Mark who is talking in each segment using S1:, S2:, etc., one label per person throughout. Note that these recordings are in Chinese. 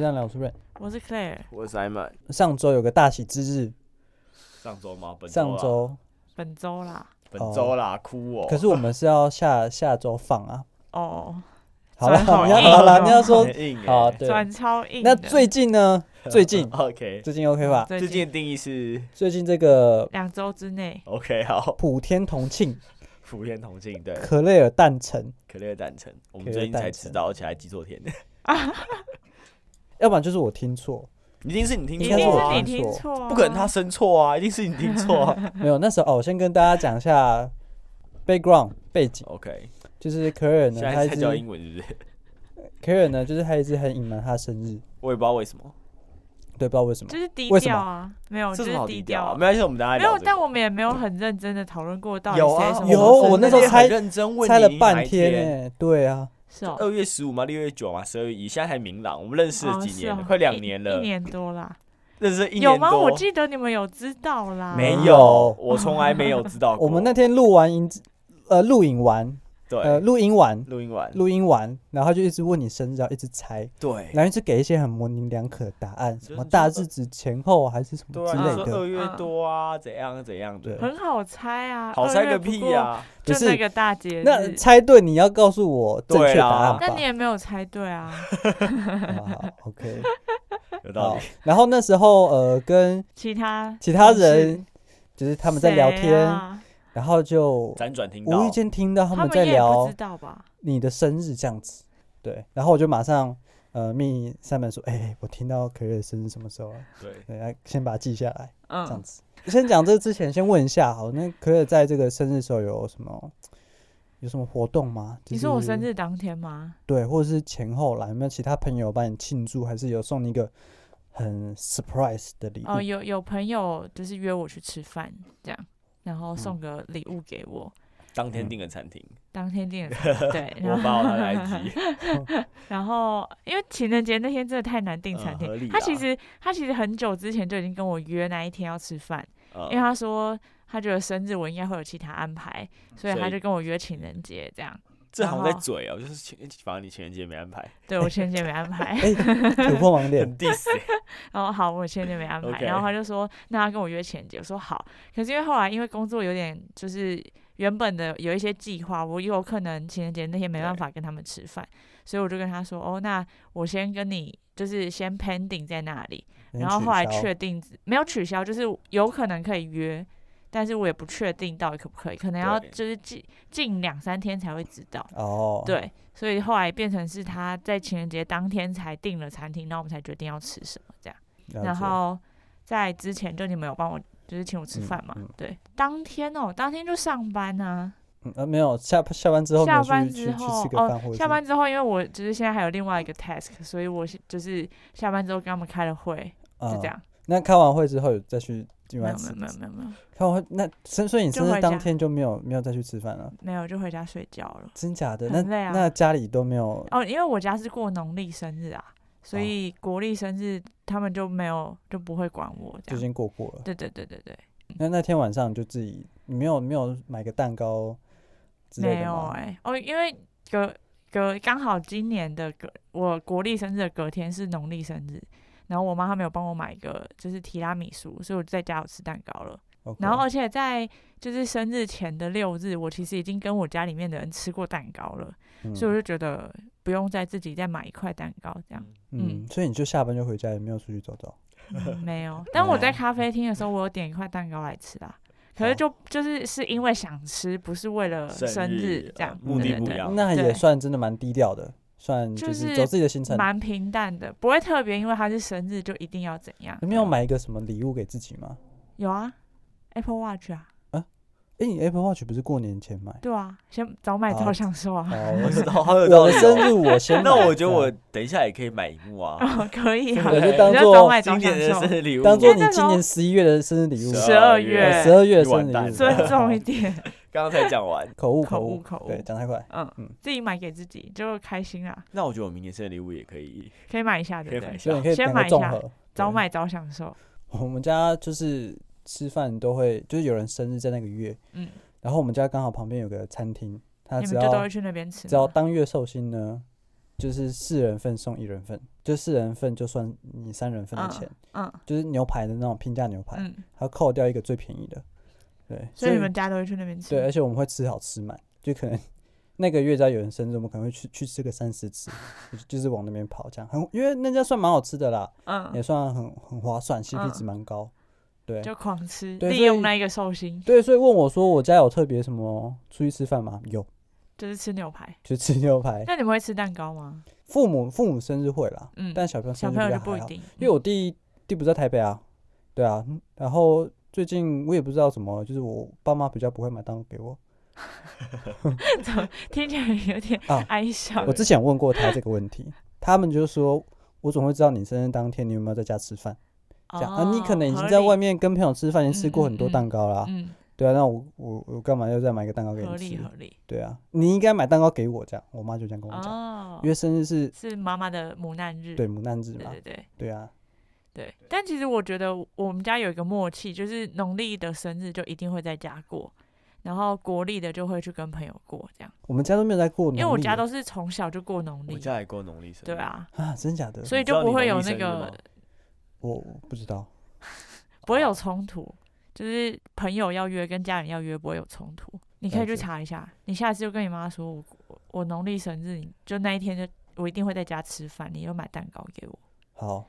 S1: 上聊出瑞。
S2: 我是 Claire，
S3: 我是 Simon，
S1: 上周有个大喜之日，
S3: 上周啊吗？本
S1: 上
S3: 啦
S1: 周，
S2: 本周啦。
S3: 本周啦，哭哦。
S1: 可是我们是要下下周放啊。
S2: 哦，
S1: 好了，
S2: 转好
S1: 你要
S2: 硬哦
S1: 好了，你要 说
S3: 很硬欸
S1: 好对。
S2: 转超硬的。
S1: 那最近呢？最近
S3: OK，
S1: 最近 OK 吧？
S2: 最
S3: 最
S2: 近
S3: 近的定义是
S1: 最近这个
S2: 两周之内，
S3: OK 好，
S1: 普天同庆，
S3: 福田同庆对
S1: 可乐尔诞辰，
S3: 可乐蛋城，我
S1: 可
S3: 们
S1: 乐
S3: 最近
S1: 蛋
S3: 才
S1: 城
S3: 知道，而且还记错天，
S1: 要不然就是我听错，
S3: 一定是你听
S2: 一
S1: 应
S2: 定
S1: 该
S3: 错
S2: 是
S3: 啊
S2: 你，听
S1: 听
S2: 错啊，
S3: 不可能他生错啊，一定是你听错 啊。
S1: 没有。那时候哦，我先跟大家讲一下 background 背景，
S3: OK，
S1: 就是可乐尔
S3: 现
S1: 呢，他
S3: 在
S1: 一
S3: 在
S1: 直
S3: 教英文是不是？
S1: 可乐尔呢，就是他一直很隐瞒他生日，
S3: 我也不知道为什么，
S1: 对，不知道为什么
S2: 就。是低
S1: 为什么
S2: 调啊，没有，就
S3: 这什么
S2: 是
S3: 好低
S2: 调
S3: 调啊？
S2: 啊。
S3: 没关系，我们等下来
S2: 没有
S3: 聊，这个
S2: 但我们也没有很认真的讨论过到底
S3: 有
S2: 谁
S3: 啊
S2: 什么
S1: 有
S2: 时候
S1: 我那时候
S2: 生日
S1: 猜
S3: 很认真问
S1: 猜
S3: 你
S1: 了
S3: 你哪
S1: 半
S3: 一
S1: 呢、对啊，
S2: 是哦，
S3: 二月十五吗？六月九吗？十二月一，现在还明朗。我们认识了
S2: 哦
S3: 几
S2: 是
S3: 年了？
S2: 哦
S3: 快两
S2: 一
S3: 年了
S2: 一，年多啦。
S3: 认识一年
S2: 有吗？
S3: 多啊
S2: 我记得你们有知道啦。
S3: 没
S1: 没有
S3: 有，我从来没有知道过。
S1: 我们那天录完音之，呃，录影完，呃，
S3: 对
S1: 录音完，
S3: 录音完，
S1: 录音完，然后他就一直问你生日，然后一直猜，
S3: 对
S1: 然后一直给一些很模棱两可的答案，
S3: 是
S1: 什么
S3: 说
S1: 大
S3: 呃
S1: 日子前后还是什么
S3: 对啊，
S1: 之
S3: 你
S1: 类
S3: 说
S1: 的，
S3: 二月多啊，怎样怎样
S1: 对
S3: 的，
S2: 很好猜啊，
S3: 好猜个屁呀、
S2: 呀！
S1: 不
S2: 就是那个大节日，
S1: 那猜对你要告诉我正确
S3: 对
S1: 答
S3: 啊啦
S1: 案吧
S2: 但你。啊也没有猜对啊。
S1: 好好，OK，
S3: 有道
S1: 好
S3: 理。。
S1: 然后那时候呃，跟
S2: 其他
S1: 其他
S2: 同事
S1: 人就是他们在聊
S2: 谁
S1: 天，
S2: 啊
S1: 然后就
S3: 辗转听到
S1: 无意间听到他
S2: 他
S1: 们
S2: 们
S1: 在
S2: 应该也不
S1: 聊
S2: 知道吧？
S1: 你的生日这样子。对，然后我就马上呃密三本说，哎、我听到可瑞的生日什么时候啊？
S3: 对，
S1: 对，啊先把它记下来，这样
S2: 嗯，
S1: 子。先讲这之前，先问一下好，那可瑞在这个生日时候有什么有什么活动吗？就
S2: 你
S1: 是
S2: 说我生？日当天吗？
S1: 对，或者是前后啦，有没有其他朋友帮你庆祝，还是有送你一个很 surprise 的礼物？
S2: 哦，有有朋友就是约我去吃饭，这样，然后
S3: 嗯
S2: 送个礼物给我，
S3: 当天订的餐厅，
S2: 当天订的 餐对，嗯
S3: 我
S2: 然后
S3: 把我他的 IG，
S2: 然后因为情人节那天真的太难订餐
S3: 嗯
S2: 厅，
S3: 合理
S2: 他
S3: 啦
S2: 其实他其实很久之前就已经跟我约那一天要吃饭，因为
S3: 嗯，
S2: 他说他觉得生日我应该会有其他安排，所以
S3: 所
S2: 他
S3: 以
S2: 就跟我约情人节这样。
S3: 这好像在
S2: 然后
S3: 嘴哦，就是情，反正你情人节没安排，
S2: 对我情人节没安排，
S1: 哎、突破盲点
S3: 很 diss 欸
S2: 然后好，我情人节没安排
S3: OK
S2: 然后他就说那他跟我约情人节，我说好，可是因为后来因为工作有点就是原本的有一些计划，我有可能情人节那天没办
S3: 对
S2: 法跟他们吃饭，所以我就跟他说哦，那我先跟你就是先 pending 在那里，然后后来确定没有取消，就是有可能可以约，但是我也不确定到底可不可以，可能要
S3: 对
S2: 就是近近两三天才会知道。
S1: 哦，，
S2: 对，所以后来变成是他在情人节当天才订了餐厅，然后我们才决定要吃什么这样。然后在之前就你们有帮我就是请我吃
S1: 嗯
S2: 饭嘛？
S1: 嗯
S2: 对，当天哦，当天就上班啊，
S1: 嗯呃，没有下下班之后没有
S2: 下
S1: 去
S2: 班
S1: 去
S2: 之
S1: 去
S2: 后
S1: 吃个
S2: 哦
S1: 饭或者
S2: 下
S1: 是
S2: 班之后，因为我就是现在还有另外一个 task，所以我是就是下班之后跟他们开了会，就
S1: 嗯
S2: 这样。
S1: 那开完会之后有再去另
S2: 没
S1: 外
S2: 有没
S1: 吃
S2: 有？没有没有没有
S1: 开完会那生所以你
S2: 就
S1: 生日
S2: 回
S1: 当
S2: 家
S1: 天就没有没有再去吃饭了？
S2: 没有，就回家睡觉了。
S1: 真假的？那、
S2: 很累啊
S1: 那家里都没有
S2: 哦，因为我家是过农历生日啊，所
S1: 哦
S2: 以国历生日他们就没有就不会管我这
S1: 就已
S2: 样。
S1: 经过过了。
S2: 对对对对对，
S1: 那那天晚上你就自己你没有没有买个蛋糕之类
S2: 没
S1: 的
S2: 有
S1: 吗？
S2: 哎、哦，因为隔隔刚好今年的隔我国历生日的隔天是农历生日，然后我妈她没有帮我买一个就是提拉米苏，所以我就在家有吃蛋糕了。
S1: OK
S2: 然后而且在就是生日前的六日，我其实已经跟我家里面的人吃过蛋糕了，
S1: 嗯
S2: 所以我就觉得不用再自己再买一块蛋糕这 样。
S1: 嗯，所以你就下班就回家，也没有出去走走。
S2: 嗯没有，但我在咖啡厅的时候，我有点一块蛋糕来吃啦。可是就就是是因为想吃，不是为了生
S3: 日
S2: 这样
S3: 嗯，目的
S2: 对
S3: 不
S2: 对
S3: 一样，
S1: 那也
S2: 对
S1: 算真的蛮低调的，算
S2: 哦就
S1: 就是
S2: 是
S1: 走自己的行
S2: 对
S1: 程。
S2: 蛮平淡的，不会特别因为它是生日就一定要怎样。
S1: 你没有买一个什么礼物给自己吗？
S2: 有啊，Apple Watch 啊，
S1: 哎、你 Apple Watch 不是过年前 买？
S2: 对啊，先早买
S1: 好
S2: 早享受啊，
S1: 哦，
S3: 我知道，好有道
S1: 我
S3: 理
S1: 的生
S3: 哦。
S1: 日我先买。
S3: 那我觉
S1: 对
S3: 得
S1: 啊
S3: 我等一下也可以买荧幕啊，
S2: 哦，可以 啊，
S1: 我
S3: 对
S1: 就
S2: 你
S1: 当
S2: 就早
S1: 做
S2: 买早
S3: 今
S2: 享
S3: 年的生
S2: 受，
S3: 日礼物，
S1: 当做
S2: 因为
S1: 你
S2: 那时
S1: 今
S2: 候
S1: 年十一月的生日礼物，呃
S2: 十二月
S1: 十二月的
S3: 你完
S1: 生日
S3: 蛋
S1: 礼物，
S2: 尊
S3: 了
S2: 重 一点，
S3: 刚刚才讲完，
S1: 口误
S2: 口
S1: 误
S2: 误口误
S1: 对，讲太快。嗯
S2: 嗯，自己买给自己就开心啦，
S3: 那我觉得我明年生日礼物也可以，
S2: 可以买一下，
S3: 可
S2: 对
S3: 以
S2: 不
S3: 买一
S2: 对？
S1: 所以
S3: 下
S1: 你。可以
S2: 啊先
S1: 两
S2: 买
S1: 个
S2: 一
S1: 综
S2: 下
S1: 合。
S2: 早
S1: 对。
S2: 买早享受，
S1: 我们家就是吃饭都会，就是有人生日在那个月，
S2: 嗯，
S1: 然后我们家刚好旁边有个餐厅，他
S2: 你
S1: 只
S2: 们就都
S1: 要
S2: 会去那边吃吗。
S1: 只要当月寿星呢，就是四人份送一人份，就四人份就算你三人份的钱，
S2: 嗯
S1: 就是牛排的那种平价牛排，
S2: 嗯，
S1: 还要扣掉一个最便宜的。对，
S2: 所以你们家都会去那边吃，
S1: 对，而且我们会吃好吃满，就可能 那个月只要有人生日，我们可能会去去吃个三四次，就就是往那边跑，这样很因为那家算蛮好吃的啦， 也
S2: 嗯，
S1: 算很很划算，CP 值
S2: 嗯
S1: 蛮高。对
S2: 就狂吃，
S1: 对
S2: 利
S1: 所以
S2: 用那一个寿星，
S1: 对，所以问我说我家有特别什么出去吃饭吗？有，
S2: 就是吃牛排。
S1: 就吃牛 排。
S2: 那你们会吃蛋糕吗？
S1: 父母父母生日会啦，
S2: 嗯，
S1: 但小朋友
S2: 小
S1: 生日
S2: 朋友
S1: 比较
S2: 就不
S1: 还
S2: 一
S1: 好，
S2: 定，嗯
S1: 因为我弟弟不在台北啊，对啊，嗯然后最近我也不知道怎么，就是我爸妈比较不会买蛋糕给我。
S2: 嗯怎么听起来有点
S1: 啊
S2: 哀伤
S1: 我。之前问过他这个问题，他们就说，我总会知道你生日当天你有没有在家吃饭，这样、啊，你可能已经在外
S2: 面，
S1: 面跟朋友吃饭，已经吃过很多
S2: 哦嗯嗯嗯
S1: 蛋糕啦，
S2: 嗯，
S1: 对啊，那我我我干嘛要再买一个蛋糕给
S2: 合
S1: 你
S2: 理
S1: 吃
S2: 合？理。
S1: 对啊，你应该买蛋糕给我，这样，我妈就这样跟我讲，
S2: 哦
S1: 因，为生日是
S2: 是妈妈的母难日。
S1: 对母难日
S2: 对
S1: 嘛
S2: 对，对
S1: 对啊，
S2: 对。但其实我觉得我们家有一个默契，就是农历的生日就一定会在家过，然后国历的就会去跟朋友过这样。
S1: 我们家都没有在过农历啊耶，
S2: 因为我家都是从小就过农
S3: 我
S2: 历，
S3: 家也过农历生日，
S2: 对，啊，
S1: 啊，真假的，
S2: 所以
S3: 你知道
S2: 就不
S3: 你
S2: 会
S3: 农
S2: 有
S3: 历
S2: 那
S3: 生日
S2: 个
S3: 吗
S1: 我我不知道，
S2: 不会有冲突，就是朋友要约跟家人要约不会有冲突。你可以去
S1: 了解
S2: 查一下，你下次就跟你妈说，我我我农历生日，你就那一天就我一定会在家吃饭，你就买蛋糕给我，
S1: 好，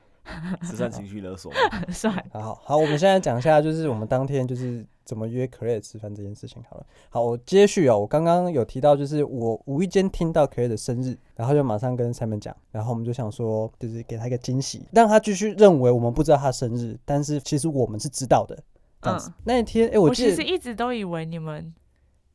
S3: 这算情绪勒索吗？
S2: 很帅。
S1: 好好好，我们现在讲一下，就是我们当天就是怎么约 Clare 吃饭这件事情好了。好，我接续哦，我刚刚有提到，就是我无意间听到 Clare 的生日，然后就马上跟 Simon 讲，然后我们就想说，就是给他一个惊喜，让他继续认为我们不知道他生日，但是其实我们是知道的。这样子，
S2: 嗯
S1: 那一天，哎、
S2: 我
S1: 记
S2: 其实
S1: 得
S2: 一直都以为你们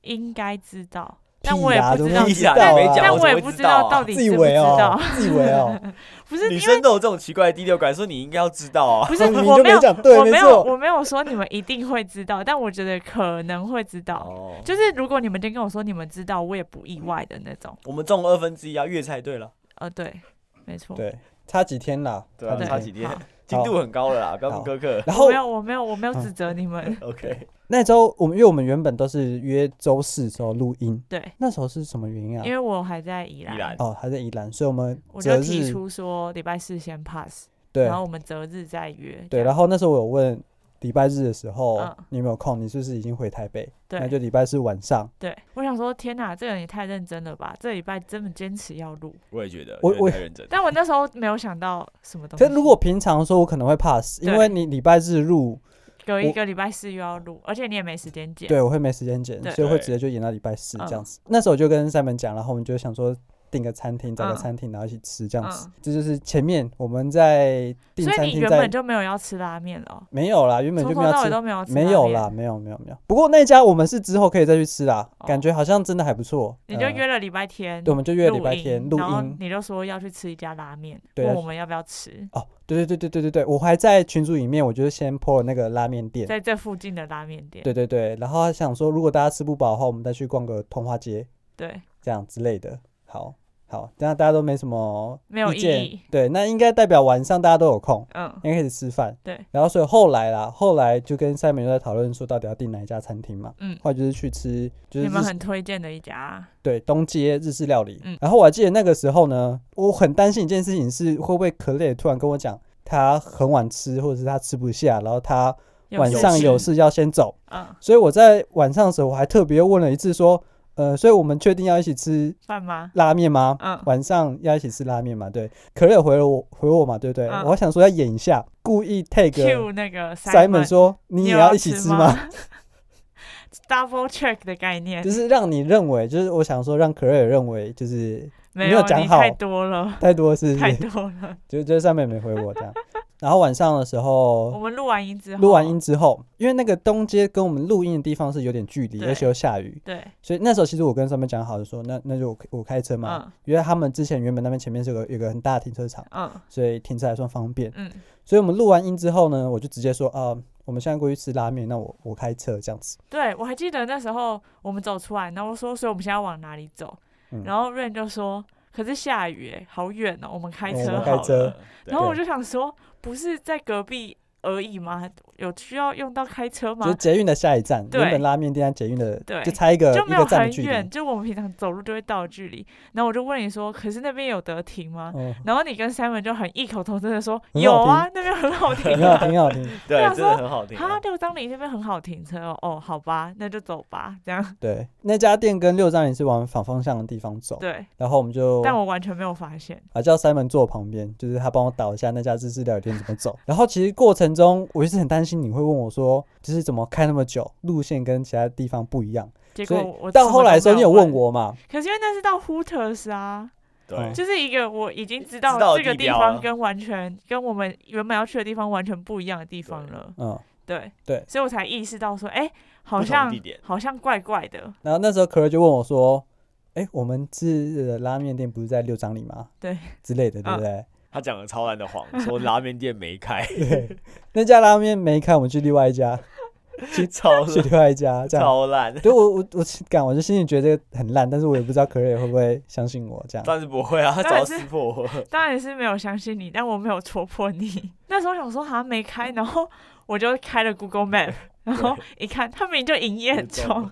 S2: 应该知道，
S1: 屁
S2: 但我也
S1: 啦
S2: 不
S1: 怎
S2: 知
S1: 么
S2: 道
S1: 会知
S3: 屁啦
S1: 道
S3: 你
S1: 啊
S3: 没讲
S2: 但
S3: 我
S2: 我
S3: 怎
S2: 也
S3: 么
S2: 不
S3: 会
S2: 知
S3: 知
S2: 道
S3: 道
S2: 到
S3: 啊
S2: 底
S1: 自以
S2: 知不知
S1: 为哦
S2: 道，，
S1: 自以为哦，
S2: 不是
S3: 女
S2: 因为
S3: 生都有这种奇怪的第六感，说你应该要知道 啊。
S2: 不是
S1: 你
S2: 我
S1: 就
S2: 没有
S1: 讲对，
S2: 我
S1: 没
S2: 没有
S1: 错，
S2: 我没有说你们一定会知道，但我觉得可能会知道。
S3: 哦，
S2: 就是如果你们今天跟我说你们知道，我也不意外的那种。
S3: 我们中了二分之一啊，粤菜对了，
S2: 呃，对，没错。
S1: 对，差几天啦，
S3: 对啊，
S2: 对
S3: 差几天
S2: 好，
S3: 进度很高了啦，不要那么
S1: 好
S3: 苛刻。
S1: 然
S2: 我
S1: 后
S2: 没有，我没有，我没有指责你们。
S3: OK，
S1: 那周我们因为我们原本都是约周四时候录音，
S2: 对，
S1: 那时候是什么原因啊
S2: 因？为我还在宜
S3: 依
S2: 兰
S3: 然，
S1: 哦，还在宜兰，所以我们
S2: 我
S1: 择
S2: 就提
S1: 日
S2: 出说礼拜四先 pass，
S1: 对
S2: 然后我们择日再约。
S1: 对，然后那时候我有问礼拜日的时候、
S2: 嗯
S1: 你有没有空，你是不是已经回台北？那
S2: 对
S1: 就礼拜四晚上。
S2: 对，我想说，天哪，这个人也太认真了吧！这礼拜真的坚持要录，
S3: 我也觉得，
S1: 我
S3: 有点
S1: 我
S3: 太认真了。
S2: 但我那时候没有想到什么东西。
S1: 可是如果平常说，我可能会 pass，因
S2: 对
S1: 为你礼拜日录，
S2: 有一
S1: 我
S2: 个礼拜四又要录，而且你也没时间剪。
S1: 对我会没时间剪，
S2: 对
S1: 所以会
S3: 对
S1: 直接就演到礼拜四
S2: 嗯
S1: 这样子。那时候我就跟 Simon 讲，然后我们就想说订个餐厅，找个
S2: 嗯
S1: 餐厅，然后一起吃这样子。
S2: 嗯
S1: 这就是前面我们在订
S2: 所
S1: 餐
S2: 以你
S1: 厅
S2: 原
S1: 在
S2: 本就没有要吃拉面了哦，
S1: 没有啦，原本
S2: 从
S1: 就
S2: 头
S1: 没有
S2: 到尾
S1: 吃
S2: 都没有要吃。
S1: 没有啦，，没有没有没有。不过那家我们是之后可以再去吃啦，
S2: 哦
S1: 感觉好像真的还不错。
S2: 你就
S1: 呃
S2: 约了礼拜天
S1: 对，我
S2: 录
S1: 们就
S2: 音，
S1: 约礼拜天录
S2: 然后
S1: 音。
S2: 你就说要去吃一家拉面，
S1: 对
S2: 问
S1: 要
S2: 我们要不要吃，
S1: 哦，对对对对对对对，我还在群组里面，我就是先 po 了那个拉面店。
S2: 在这附近的拉面店。
S1: 对对对，然后还想说，如果大家吃不饱的话，我们再去逛个通化街
S2: 对，
S1: 这样之类的。好，好，这样大家都没什么
S2: 没有
S1: 意
S2: 异
S1: 见。
S2: 议。
S1: 对，那应该代表晚上大家都有空，
S2: 嗯，
S1: 应该开始吃饭。
S2: 对，
S1: 然后所以后来啦，后来就跟赛美就在讨论说，到底要订哪一家餐厅嘛。
S2: 嗯
S1: 后来就是去吃，就是
S2: 你
S1: 日
S2: 们很推荐的一家，
S1: 对东街日式料理。
S2: 嗯
S1: 然后我还记得那个时候呢，我很担心一件事情是会不会可累突然跟我讲他很晚吃，或者是他吃不下，然后他
S2: 有
S1: 晚
S2: 事
S1: 上有事要先走。
S2: 嗯，
S1: 所以我在晚上的时候，我还特别问了一次说，呃，所以我们确定要一起吃
S2: 饭吗？
S1: 拉面吗？
S2: 嗯
S1: 晚上要一起吃拉面嘛？对，可乐回了我回我嘛，对不对？
S2: 嗯
S1: 我想说要演一下，故意 take
S2: ，Q 那个
S1: Simon 说你
S2: 你
S1: 也
S2: 有
S1: 要
S2: 要
S1: 一起
S2: 吃
S1: 吃
S2: 吗
S1: 吗？
S2: double check 的概念
S1: 就，是让你认为，就是我想说让可乐也认为就是
S2: 没
S1: 没有
S2: 有
S1: 讲
S2: 你
S1: 好
S2: 太多了，
S1: 太多是不
S2: 太
S1: 是？
S2: 多了。
S1: 就就上面没回我这样。然后晚上的时
S2: 我
S1: 候
S2: 们录完音之后，
S1: 哦录完音，之后，因为那个东街跟我们录音的地方是有点距离，
S2: 对
S1: 而且又下雨，
S2: 对，
S1: 所以那时候其实我跟上面讲好就说，那那就我我开车嘛，
S2: 嗯
S1: 因为他们之前原本那边前面是有个有个很大的停车场，
S2: 嗯
S1: 所以停车还算方便。
S2: 嗯，
S1: 所以我们录完音之后呢，我就直接说啊、我们现在过去吃拉面，那我我开车这样子。
S2: 对我还记得那时候我们走出来，然后说，所以我们现在要往哪里走？
S1: 嗯
S2: 然后 Rain 就说，可是下欸雨耶，好远哦，我们开
S1: 我
S2: 车
S1: 们
S2: 好
S1: 开
S2: 了。
S1: 车
S3: 对
S2: 然后我就想说，不是在隔壁而已吗？有需要用到开车吗
S1: 就是？捷运的下一站，
S2: 对
S1: 原本拉面店在捷运的，
S2: 对
S1: 就差一个
S2: 就
S1: 一
S2: 没有
S1: 个站
S2: 很
S1: 的距离。
S2: 远，就我们平常走路就会到的距离。然后我就问你说，可是那边有得停吗？
S1: 嗯，
S2: 然后你跟 Simon 就很异口同声的说
S1: 很好啊
S2: 有啊，那边 很好停
S1: 挺 好，挺好听。
S3: 对，
S2: 想
S3: 真的
S2: 说
S3: 很好听啊。
S2: 啊，六张里那边很好停车哦。哦，好吧，那就走吧，这样
S1: 对，那家店跟六张也是往反方向的地方走，
S2: 对。
S1: 然后我们就
S2: 但我完全没有发现，
S1: 啊叫 Simon 坐我旁边，就是他帮我导一下那家日式料理店怎么走。然后其实过程中我一直很担心你会问我说，就是怎么开那么久，路线跟其他地方不一样。
S2: 结
S1: 所
S2: 果
S1: 以
S2: 我
S1: 到后来的时候你有问
S2: 问，
S1: 我嘛？
S2: 可是因为那是到 Hooters 啊，
S3: 对，
S2: 就是一个我已经知
S3: 知道
S2: 道
S3: 的
S2: 这个
S3: 地
S2: 地
S3: 标
S2: 方
S3: 了
S2: 跟完全跟我们原本要去的地方完全不一样的地方了，
S1: 嗯，
S2: 对
S1: 对
S2: 所以我才意识到说，哎、好
S3: 不同
S2: 像
S3: 地点
S2: 好像怪怪的，
S1: 然后那时候可乐就问我说：“哎、我们吃的拉面店不是在六张里吗？”
S2: 对，
S1: 之类的，对不
S2: 嗯
S1: 对？
S3: 他讲的超烂 的谎，说拉面店没开，
S1: 对，那家拉面没开，我们去另外一 家，
S3: 超
S1: 去另外一家这样。
S3: 超烂，
S1: 对我我我感，我就心里觉得很烂，但是我也不知道可瑞会不会相信我这样。
S3: 但是不会啊，他
S2: 当然
S3: 早
S2: 是
S3: 撕破我。
S2: 当然是没有相信你，但我没有戳破你。 那时候想说好像没开，然后我就开了 Google Map，然后一看，他们就营业 中，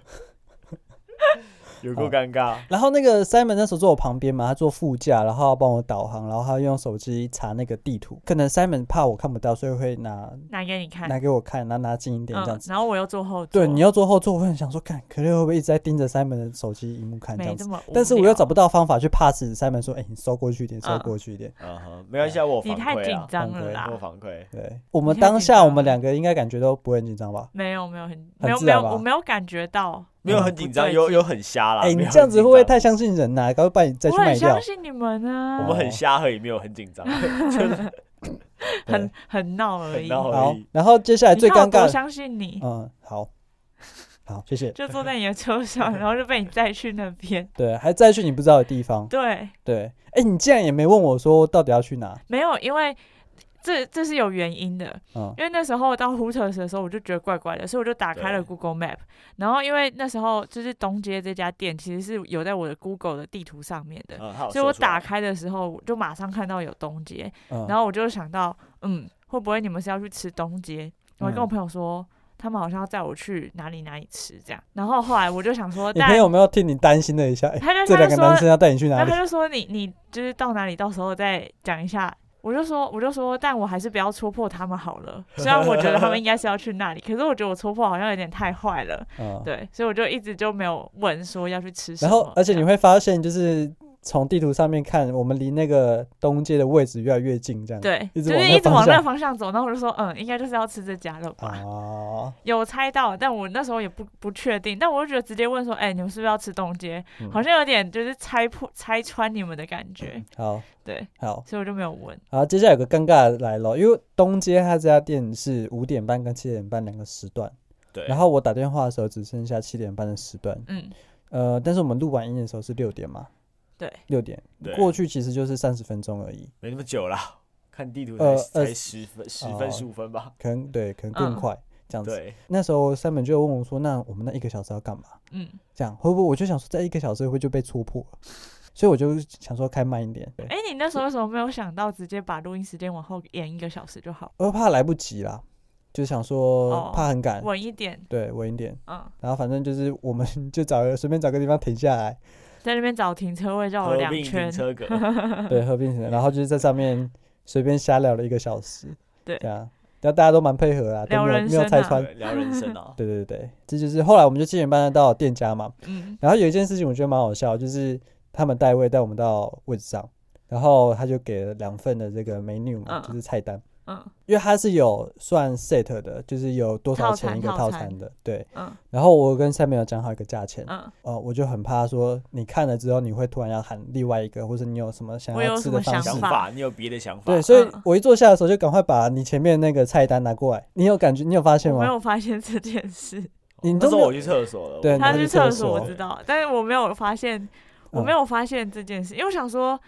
S3: 有够尴尬。
S1: 然后那个 Simon 那时候坐我旁边嘛，他坐副驾，然后帮我导航，然后他用手机查那个地图。可能 Simon 怕我看不到，所以会拿
S2: 拿给你看。
S1: 拿给我看，然后拿近一点这样
S2: 嗯，
S1: 子。
S2: 然后我又坐后座，
S1: 对，你要坐后座，我会很想说，看可瑞会不会一直在盯着 Simon 的手机荧幕看这
S2: 没
S1: 样
S2: 这
S1: 子。
S2: 么无聊，
S1: 但是我又找不到方法去 pass Simon 说，哎、你收过去一点，收
S2: 嗯
S1: 过去一点。
S3: 嗯哼，没关系啊，我有
S2: 你
S3: 反
S2: 太
S3: 馈
S2: 紧
S3: 啊，
S2: 张了
S1: 反
S2: 啦
S3: 我有，反馈。
S1: 对，我们
S2: 你太
S1: 当
S2: 紧
S1: 下
S2: 张啊
S1: 我们
S2: 了
S1: 两个应该感觉都不会很紧张吧？
S2: 没有没有很
S1: 很
S2: 没有
S1: 自
S2: 没
S1: 然
S2: 有，
S1: 吧
S2: 我没有感觉到，
S1: 哦
S3: 没有很紧张，有有很瞎
S2: 啊
S3: 啦。
S1: 哎、
S3: 没
S1: 你
S3: 有
S1: 这样子会不会
S3: 很紧
S1: 太相信人呐、赶快把你再
S2: 我
S1: 去卖
S2: 很
S1: 掉
S2: 相。信你们啊，
S3: 张？
S1: 哦
S3: 我们很瞎而已，没有很 紧张，就是
S2: 很很闹而
S3: 很
S2: 已。
S3: 闹而
S1: 好
S3: 已。，
S1: 然后接下来
S2: 你
S1: 哎最
S2: 看我
S1: 尴
S2: 多
S1: 尬的，
S2: 相信你，
S1: 嗯，好， 好，谢谢。
S2: 就坐在你的车上，然后就被你载去那边。
S1: 对，还再去你不知道的地方。
S2: 对，
S1: 对，哎、你竟然也没问我说到底要去哪？
S2: 没有，因为这这是有原因的，
S1: 嗯，
S2: 因为那时候到 Hooters 的时候，我就觉得怪怪的，所以我就打开了
S3: 对
S2: Google Map。然后因为那时候就是东街这家店其实是有在我的 Google 的地图上面的，
S3: 嗯，
S1: 哦
S3: 好
S2: 所以我打开的时候我就马上看到有东街，
S1: 嗯
S2: 然后我就想到，嗯，会不会你们是要去吃东街？我还跟
S1: 嗯
S2: 我朋友说。他们好像要载我去哪里哪里吃这样，然后后来我就想说，
S1: 你
S2: 但
S1: 朋友有没有替你担心了一下？哎、
S2: 他就
S1: 这
S2: 他
S1: 两
S2: 就
S1: 个
S2: 说
S1: 男生要带你去哪
S2: 然后
S1: 里
S2: 他？就说你你就是到哪里，到时候再讲一下。我就说我就说，但我还是不要戳破他们好了。虽然我觉得他们应该是要去那里，可是我觉得我戳破好像有点太坏了，
S1: 嗯，
S2: 对，所以我就一直就没有问说要去吃什
S1: 然
S2: 么。
S1: 后而且你
S2: 这样
S1: 会发现，就是从地图上面看，我们离那个东街的位置越来越近，这样。
S2: 对，
S1: 一直
S2: 就是
S1: 往
S2: 一
S1: 那
S2: 直
S1: 方
S2: 往那
S1: 向
S2: 方向走，然后我就说嗯，应该就是要吃这家了吧。
S1: 啊，
S2: 有猜到，但我那时候也不不确定，但我就觉得直接问说，哎、你们是不是要吃东街？
S1: 嗯
S2: 好像有点就是猜破拆穿你们的感觉，
S1: 好
S2: 对，
S1: 好。
S2: 所以我就没有问。
S1: 好，接下来有个尴尬的来了，因为东街他这家店是五点半跟七点半两个时段，
S3: 对，
S1: 然后我打电话的时候只剩下七点半的时段，
S2: 嗯，
S1: 呃，但是我们录完音的时候是六点嘛，
S2: 对，
S1: 六点
S3: 对
S1: 过去其实就是三十分钟而已，
S3: 没那么久啦，看地图才
S1: 呃二
S3: 才十分十分
S1: 哦
S3: 十五分吧。
S1: 可能对，可能更
S2: 嗯
S1: 快、这样子。
S3: 对，
S1: 那时候三本就问我说：“那我们那一个小时要干嘛？”
S2: 嗯，
S1: 这样会不会我就想说，在一个小时会不会就被戳破了，所以我就想说开慢一点，对，
S2: 哎、你那时候为什么没有想到直接把录音时间往后延一个小时就好，
S1: 我怕来不及啦，就想说
S2: 哦
S1: 怕很赶，
S2: 稳一点？
S1: 对，稳一点。
S2: 嗯，
S1: 然后反正就是我们 就找个随便找个地方停下来，
S2: 在那边找停车位绕
S3: 合
S2: 了两
S3: 并停
S2: 圈，
S3: 车 格，
S1: 对，合并起来，然后就是在上面随便瞎聊了一个小时，
S2: 对
S1: 这样，然后大家都蛮配合啦，都
S2: 聊
S1: 没有
S2: 人
S1: 没有
S2: 生
S1: 拆
S2: 啊
S1: 穿，
S3: 对聊人生 啊。
S1: 对对对，这就是后来我们就七点半到店家嘛，
S2: 嗯，
S1: 然后有一件事情我觉得蛮好笑，就是他们带位带我们到位置上，然后他就给了两份的这个 menu 嘛，
S2: 嗯
S1: 就是菜单。
S2: 嗯
S1: 因为它是有算 set 的，就是有多少
S2: 套
S1: 钱
S2: 餐
S1: 一个套
S2: 套
S1: 餐
S2: 餐
S1: 的，对。
S2: 嗯
S1: 然后我跟 Sam 有讲好一个价钱，
S2: 嗯，
S1: 呃，我就很怕说你看了之后你会突然要喊另外一个，或者你有什么想
S2: 我
S1: 要
S2: 有
S1: 吃
S2: 什
S1: 的
S2: 么
S1: 方式
S3: 想
S2: 法。
S3: 法，你有别的想法？
S1: 对，所以
S2: 嗯
S1: 我一坐下的时候就赶快把你前面那个菜单拿过来。你有感觉？你有发现
S2: 我没
S1: 吗？
S2: 有发现这件事，
S1: 你
S3: 那
S1: 都
S3: 时
S1: 没
S3: 候
S1: 有
S3: 我去厕所了，
S1: 对
S3: 我
S1: 你拿
S2: 他
S1: 去
S2: 去
S1: 厕
S2: 厕所我
S1: 所嗯
S2: 知道，但是我没有发现，我没有发现这件事，因为我想说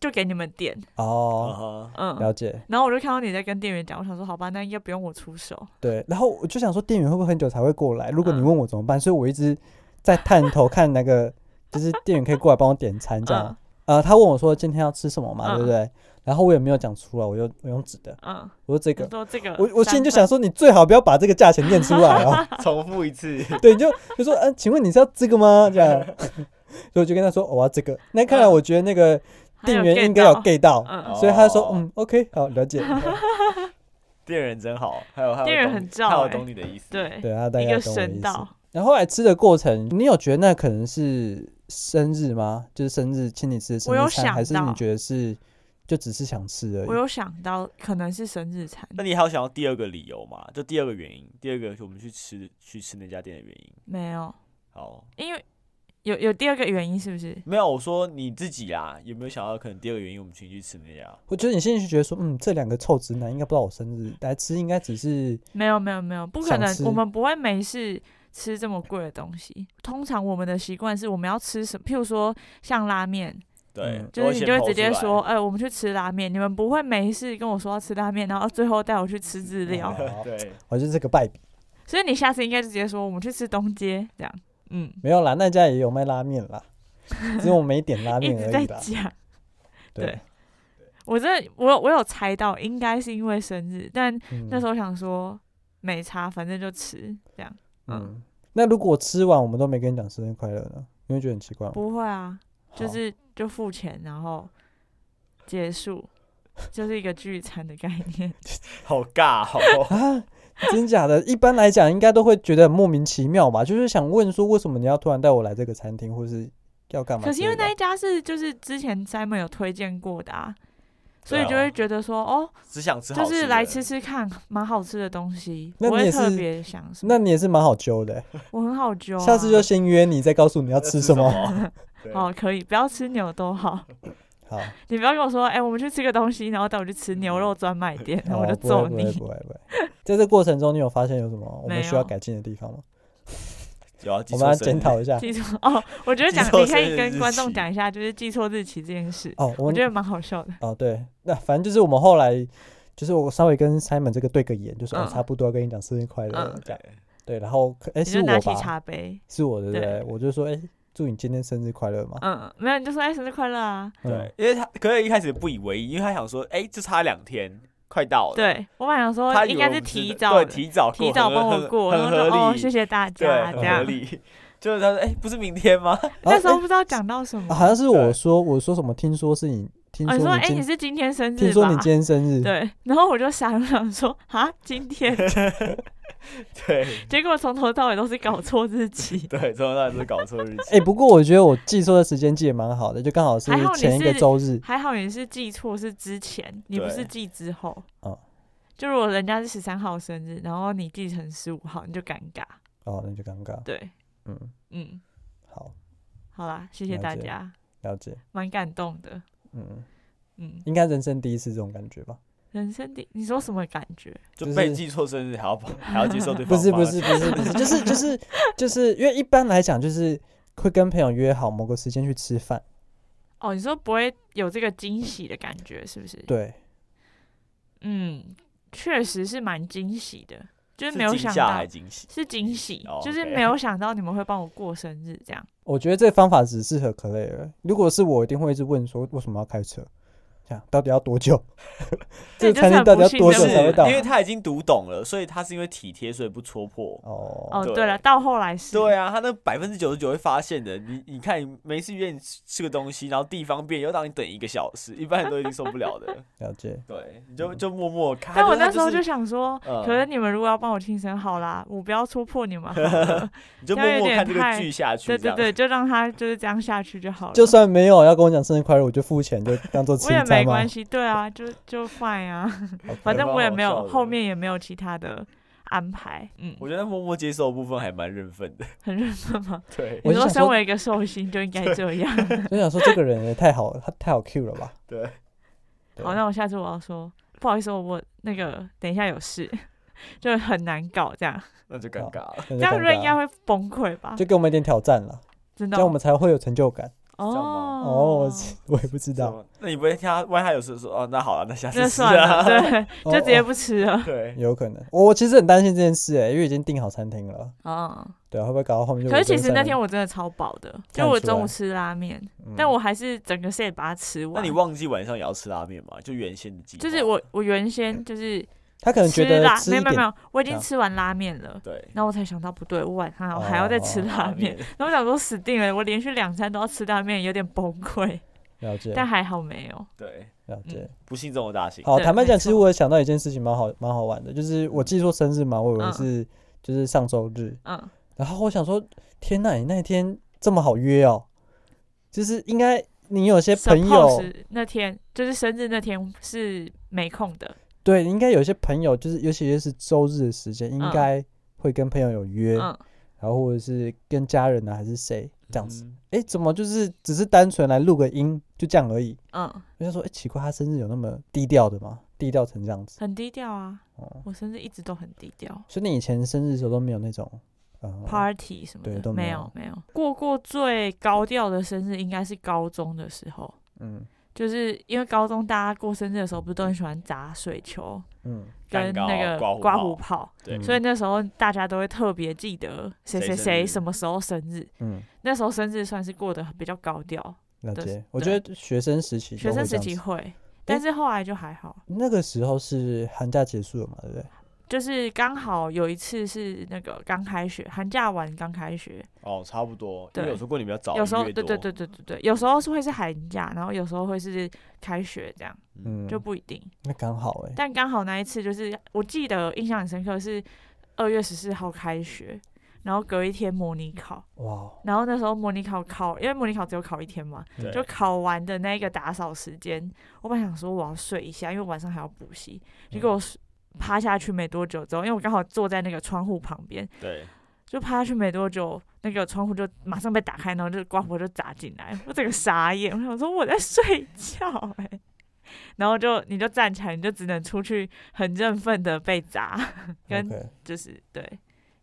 S2: 就给你们点，
S1: 哦，
S3: 嗯哼
S2: 嗯。
S1: 了解。
S2: 然后我就看到你在跟店员讲，我想说好吧，那应该不用我出手。
S1: 对，然后我就想说，店员会不会很久才会过来？如果你
S2: 嗯
S1: 问我怎么办，所以我一直在探头看那个，就是店员可以过来帮我点餐这样
S2: 嗯。
S1: 呃，他问我说今天要吃什么嘛，对不
S2: 嗯
S1: 对？然后我也没有讲出来，我就我用纸的，
S2: 嗯，
S1: 我说这
S2: 就
S1: 个，
S2: 说这个，
S1: 我我心里就想，说，你最好不要把这个价钱念出来哦。
S3: 重复一 次，
S1: 对，你就就说，嗯、请问你是要这个吗？这样，所以我就跟他说，哦我要这个。那看来
S2: 嗯
S1: 我觉得那个
S2: 还
S1: 店
S2: 有
S1: 员
S2: get
S1: 应该有
S2: 到
S1: get 到，
S2: 嗯，
S1: 所以他就说，
S3: 哦
S1: 嗯，OK，好，了 解。
S3: 店员真好，还有还有
S2: 店员
S3: 懂
S2: 很
S3: 你
S2: 照
S3: 还有
S2: 欸
S3: 懂你的意思，，
S2: 对，
S1: 对，他大
S2: 一
S1: 概
S2: 个
S1: 懂我的意
S2: 神
S1: 思。
S2: 道，
S1: 然后后来吃的过程，你有觉得那可能是生日吗？就是生日请你吃的生
S2: 我有
S1: 日餐，
S2: 想
S1: 还是你
S2: 到
S1: 觉得是就只是想吃而
S2: 我
S1: 已？
S2: 有想到可能是生日餐，
S3: 那你还有想要第二个理由吗？就第二个原因，第二个我们去吃去吃那家店的原因。
S2: 没有，
S3: 好，
S2: 因为有有第二个原因是不是？
S3: 没有，我说你自己啦，有没有想到可能第二个原因我们请你去吃那家？
S1: 我觉得你心里就觉得说，嗯，这两个臭直男应该不知道我生日来吃，应该只是
S2: 没有没有没有，不可
S1: 想
S2: 能
S1: 吃，
S2: 我们不会没事吃这么贵的东西。通常我们的习惯是我们要吃什么，譬如说像拉面，
S3: 对，
S1: 嗯
S2: 就是
S3: 我
S2: 你
S3: 先
S2: 就
S3: 抛
S2: 会直接
S3: 出来
S2: 说，，哎、我们去吃拉面。你们不会没事跟我说要吃拉面，然后最后带我去吃日 料。
S1: 哦
S3: 对，
S1: 我就是个败笔。
S2: 所以你下次应该就直接说我们去吃东街这样。嗯，
S1: 没有啦，那家也有卖拉面 啦，只是我没点拉
S2: 一
S1: 面
S2: 直
S1: 而
S2: 在
S1: 已啦。
S2: 讲。
S1: 对
S2: 对，我真的，我有我有猜到，应该是因为生日，但
S1: 嗯
S2: 那时候想说没差，反正就吃这样。嗯，
S1: 嗯，那如果吃完我们都没跟你讲生日快乐呢，你会觉得很奇怪吗？
S2: 不会啊，就
S1: 好
S2: 是就付钱，然后 结束，就是一个聚餐的概念。
S3: 好尬哦，
S1: 啊， 真假的？一般来讲，应该都会觉得很莫名其妙吧？就是想问说，为什么你要突然带我来这个餐厅，或是要干嘛之类的？
S2: 可是因为那一家是就是之前 Simon 有推荐过的啊，所以
S3: 对啊
S2: 就会觉得说哦，
S3: 只想吃好
S2: 就
S3: 吃的，
S2: 是来吃吃看，蛮好吃的东西，
S1: 那
S2: 不
S1: 你
S2: 会
S1: 也
S2: 特
S1: 是
S2: 别想什么。
S1: 那你也是蛮好揪的欸、
S2: 我很好揪、啊，
S1: 下次就先约你，再告诉你要吃什么。
S3: 么？ 对
S2: 哦，可以不要吃牛 都好，
S1: 好，
S2: 你不要跟我说，哎、我们去吃个东西，然后带我去吃牛肉专卖 店，然后我
S1: 好
S2: 就
S1: 不会
S2: 揍
S1: 嗯哦不会
S2: 你。
S1: 不会不会。在这过程中，你有发现有什么我们
S2: 没
S1: 需要
S2: 有
S1: 改进的地方吗？
S3: 有啊，
S1: 我
S3: 记
S1: 们
S3: 错
S1: 要
S3: 生日
S1: 检讨一下。
S2: 记错哦，我觉得
S3: 记
S2: 讲
S3: 错
S2: 你可
S3: 生
S2: 以
S3: 日
S2: 跟
S3: 日
S2: 观众
S3: 期
S2: 讲一下，就是记错日期这件事，
S1: 哦，我
S2: 我
S1: 们
S2: 觉得蛮好笑的。
S1: 哦，对，那反正就是我们后来，就是我稍微跟 Simon 这个对个眼，就说、哦
S2: 嗯
S1: 差不多要跟你讲生日快乐了、
S2: 嗯
S1: 这样。
S3: 对
S1: 对，然后可哎、
S2: 你
S1: 是
S2: 就拿
S1: 我
S2: 起
S1: 吧，
S2: 茶杯，
S1: 是我对不对？
S2: 对
S1: 我就说哎、祝你今天生日快乐嘛。
S2: 嗯，没有你就说哎、生日快乐啊！
S1: 嗯
S3: 对，因为他可能一开始不以为意，因为他想说，哎，就差两天，快到了，，
S2: 对我本来想说
S3: 哦他以为
S2: 应该是
S3: 我们真
S2: 提
S3: 的
S2: 早的
S3: 对提早过
S2: 提早
S3: 很
S2: 帮我
S3: 很
S2: 过，然
S3: 很
S2: 后就
S3: 合
S2: 哦
S3: 理，
S2: 谢谢大
S3: 对，
S2: 家这
S3: 很合
S2: 样。
S3: 理。哦就是他说，哎，不是明天吗？
S1: 然
S2: 那
S1: 后
S2: 时候
S1: 哎
S2: 不知道讲到什
S1: 啊
S2: 么，
S1: 好像是我
S3: 对
S1: 说我说什么，听说是你，听
S2: 哦，
S1: 说
S2: 你说
S1: 你
S2: 哎、
S1: 今，
S2: 你是今天生日吧？
S1: 听说你今天生日，
S2: 对，然后我就傻了，想说啊，今 天，
S3: 对。
S2: 结果从头到尾都是搞错日期
S3: 对，从头到尾是搞错日期。
S1: 哎、不过我觉得我记错的时间记得蛮好的，就刚好是
S2: 还好你
S1: 前一个
S2: 是
S1: 周日。
S2: 还好你是记错是之前，你不
S3: 对
S2: 是记之后。
S1: 哦
S2: 就如果人家是十三号生日，然后你记成十五号，你就尴尬。
S1: 哦，那就尴尬。
S2: 对，
S1: 嗯，
S2: 嗯，
S1: 好，
S2: 好啦，谢谢
S1: 了
S2: 大
S1: 解
S2: 家，
S1: 了解。
S2: 蛮感动的。
S1: 嗯，
S2: 嗯，
S1: 应该人生第一次这种感觉吧？
S2: 人生第你说什么感觉？
S3: 就
S1: 就是
S3: 被记错生日还要还要接受对
S1: 不
S3: 方
S1: 是
S3: 帮
S1: 不
S3: 他
S1: 是不是不是，就是就是就是因为一般来讲就是会跟朋友约好某个时间去吃饭，
S2: 哦，你说不会有这个惊喜的感觉，是不是？
S1: 对，
S2: 嗯，确实是蛮惊喜的，就是
S3: 是
S2: 没有
S3: 惊
S2: 想
S3: 吓还
S2: 到
S3: 是惊 喜，
S2: 是惊喜
S3: 哦，
S2: 就是
S3: OK
S2: 没有想到你们会帮我过生日这样。
S1: 我觉得这方法只适合可累尔。如果是我，一定会一直问说为什么要开车，这样到底要多久？ 这
S2: 对
S1: 个
S2: 就
S1: 餐
S2: 是
S1: 厅
S2: 很
S1: 到
S2: 不
S1: 底要
S2: 幸
S1: 多
S2: 的
S1: 久
S2: 是
S1: 才会到？
S3: 因为他已经读懂了，所以他是因为体贴，所以不戳破。
S1: 哦
S2: 哦，
S3: 对
S2: 对了，到后来是，
S3: 对啊，他那百分之九十九会发现的。你你看，你没事约你吃吃个东西，然后地方变，又让你等一个小时，一般人都已经受不了的。
S1: 了解，
S3: 对，你就就默默
S2: 嗯
S3: 看。
S2: 但我
S3: 就是
S2: 那时候
S3: 就
S2: 就是想说，
S3: 嗯
S2: 可是你们如果要帮我庆生，好啦，我不要戳破你们好 了。
S3: 你就
S2: 这
S3: 默
S2: 样有
S3: 默
S2: 点
S3: 看这个
S2: 太
S3: 剧下去，
S2: 对对
S3: 这
S2: 对，
S3: 样，
S2: 就让他就是这样下去就好了。
S1: 就算没有要跟我讲生日快乐，我就付钱，就当做吃
S2: 我也
S1: 一
S2: 没
S1: 餐嘛
S2: 关。系，对啊，就就 fine 啊，
S1: 好
S2: 反正
S3: 蛮
S2: 我也
S3: 好
S2: 没
S3: 笑
S2: 有
S3: 的
S2: 后面也没有其他的安排，嗯，
S3: 我觉得默默接受的部分还蛮认份的。
S2: 很认真吗？
S3: 对
S1: 我
S2: 你
S1: 就
S2: 说
S1: 想
S2: 身
S1: 说
S2: 为一个寿星就应该这 样，
S1: 就想说这个人也太好，他太好 Q 了吧？
S3: 对，
S1: 对
S2: 好，那我下次我要说，不好意思哦，我那个等一下有事， 就很难搞这样，
S3: 那就尴尬了。
S1: 这
S2: 这样瑞应该会崩溃吧
S1: 就？给我们一点挑战了，
S2: 真
S1: 这
S2: 的
S1: 样
S2: 哦
S1: 我们才会有成就感。
S3: 这样吗？
S1: 哦，我也不知道，
S3: 是吗那你不会听他，万一他有时候说哦，那好了，那下次
S2: 那
S3: 吃
S2: 算了，
S3: 啊。
S2: 对，就直接不吃了。
S3: 对，
S1: 哦有可能。我其实很担心这件事哎、因为已经订好餐厅了，
S2: 哦，
S1: 对啊，会不会搞到后面就？
S2: 可是其实那天，我真的超饱的，
S1: 看
S2: 就我
S1: 出来
S2: 中午吃拉面，
S1: 嗯
S2: 但我还是整个 set 把它吃
S3: 那
S2: 完。
S3: 你
S1: 啊
S3: 忘记晚上也要吃拉面吗？就原先的计划。
S2: 就是我我原先就是
S1: 他可能觉
S2: 吃
S1: 得
S2: 拉，
S1: 吃
S2: 没
S1: 一
S2: 有没有没
S1: 点，
S2: 有，我已经
S1: 啊
S2: 吃完拉面了。
S3: 对
S2: 然后我才想到不对，我晚上我还要再吃
S1: 哦
S2: 拉面，然后我想说死定了，我连续两餐都要吃拉面，有点崩溃。
S1: 了解
S2: 但还好没有，
S3: 对，
S1: 了解。
S3: 不幸中的大幸。
S1: 好，
S2: 对
S1: 坦白
S2: 没
S1: 讲，其实
S2: 错
S1: 我有想到一件事情，蛮好蛮好玩的，就是我记错生日嘛，我以为
S2: 嗯
S1: 是就是上周日，
S2: 嗯，
S1: 然后我想说，天呐，你那一天这么好约哦，就是应该你有些朋友
S2: Suppose 那天就是生日那天是没空的，
S1: 对，应该有些朋友就是尤其是周日的时间，应
S2: 嗯
S1: 该会跟朋友有约，
S2: 嗯，
S1: 然后或者是跟家人啊还是谁这样子。
S3: 嗯，
S1: 诶，怎么就是只是单纯来录个音就这样而已？
S2: 嗯，
S1: 我想说，诶，奇怪，他生日有那么低调的吗？低调成这样子
S2: 很低调啊，
S1: 哦。
S2: 我生日一直都很低调
S1: 所以你以前生日的时候都没有那种呃
S2: ，party 什么
S1: 对
S2: 的
S1: 都没
S2: 没
S1: 有
S2: 没有过过最高调的生日应该是高中的时候，
S1: 嗯
S2: 就是因为高中大家过生日的时候不是都很喜欢砸水球
S1: 嗯
S2: 跟
S3: 蛋糕
S2: 那个
S3: 刮胡
S2: 刮
S3: 泡
S2: 胡泡，
S3: 对
S1: 嗯
S2: 所以那时候大家都会特别记得谁谁
S3: 谁生
S2: 谁
S3: 日
S2: 什么时候生日。
S1: 嗯，
S2: 那时候生日算是过得比较高调，
S1: 了
S2: 的
S1: 解。我
S2: 对
S1: 觉得学生时期
S2: 学
S1: 都
S2: 生
S1: 会这
S2: 时
S1: 样
S2: 期
S1: 子
S2: 会，但是后来就还好。
S1: 那个时候是寒假结束了嘛，对不对？
S2: 就是刚好有一次是那个刚开学，寒假完刚开学，
S3: 哦，差不多。因
S2: 对
S3: 为有时候过年比较早，
S2: 有时候
S3: 一月
S2: 对对
S3: 多
S2: 对，对对对，有时候是会是寒假，然后有时候会是开学这样，
S1: 嗯，
S2: 就不一定。
S1: 那刚好哎、
S2: 但刚好那一次就是我记得印象很深刻是二月十四号开学，然后隔一天模拟考，
S1: 哇，哦
S2: 然后那时候模拟考考，因为模拟考只有考一天嘛，
S1: 嗯
S3: 对
S2: 就考完的那个打扫时间，我本来想说我要睡一下，因为晚上还要补习。结果我睡趴下去没多久之后，因为我刚好坐在那个窗户旁边，
S3: 对，
S2: 就趴下去没多久，那个窗户就马上被打开，然后就刮胡就砸进来，我整个傻眼，我想说我在睡觉哎、然后就你就站起来，你就只能出去很振奋的被砸，跟
S1: OK，
S2: 就是对，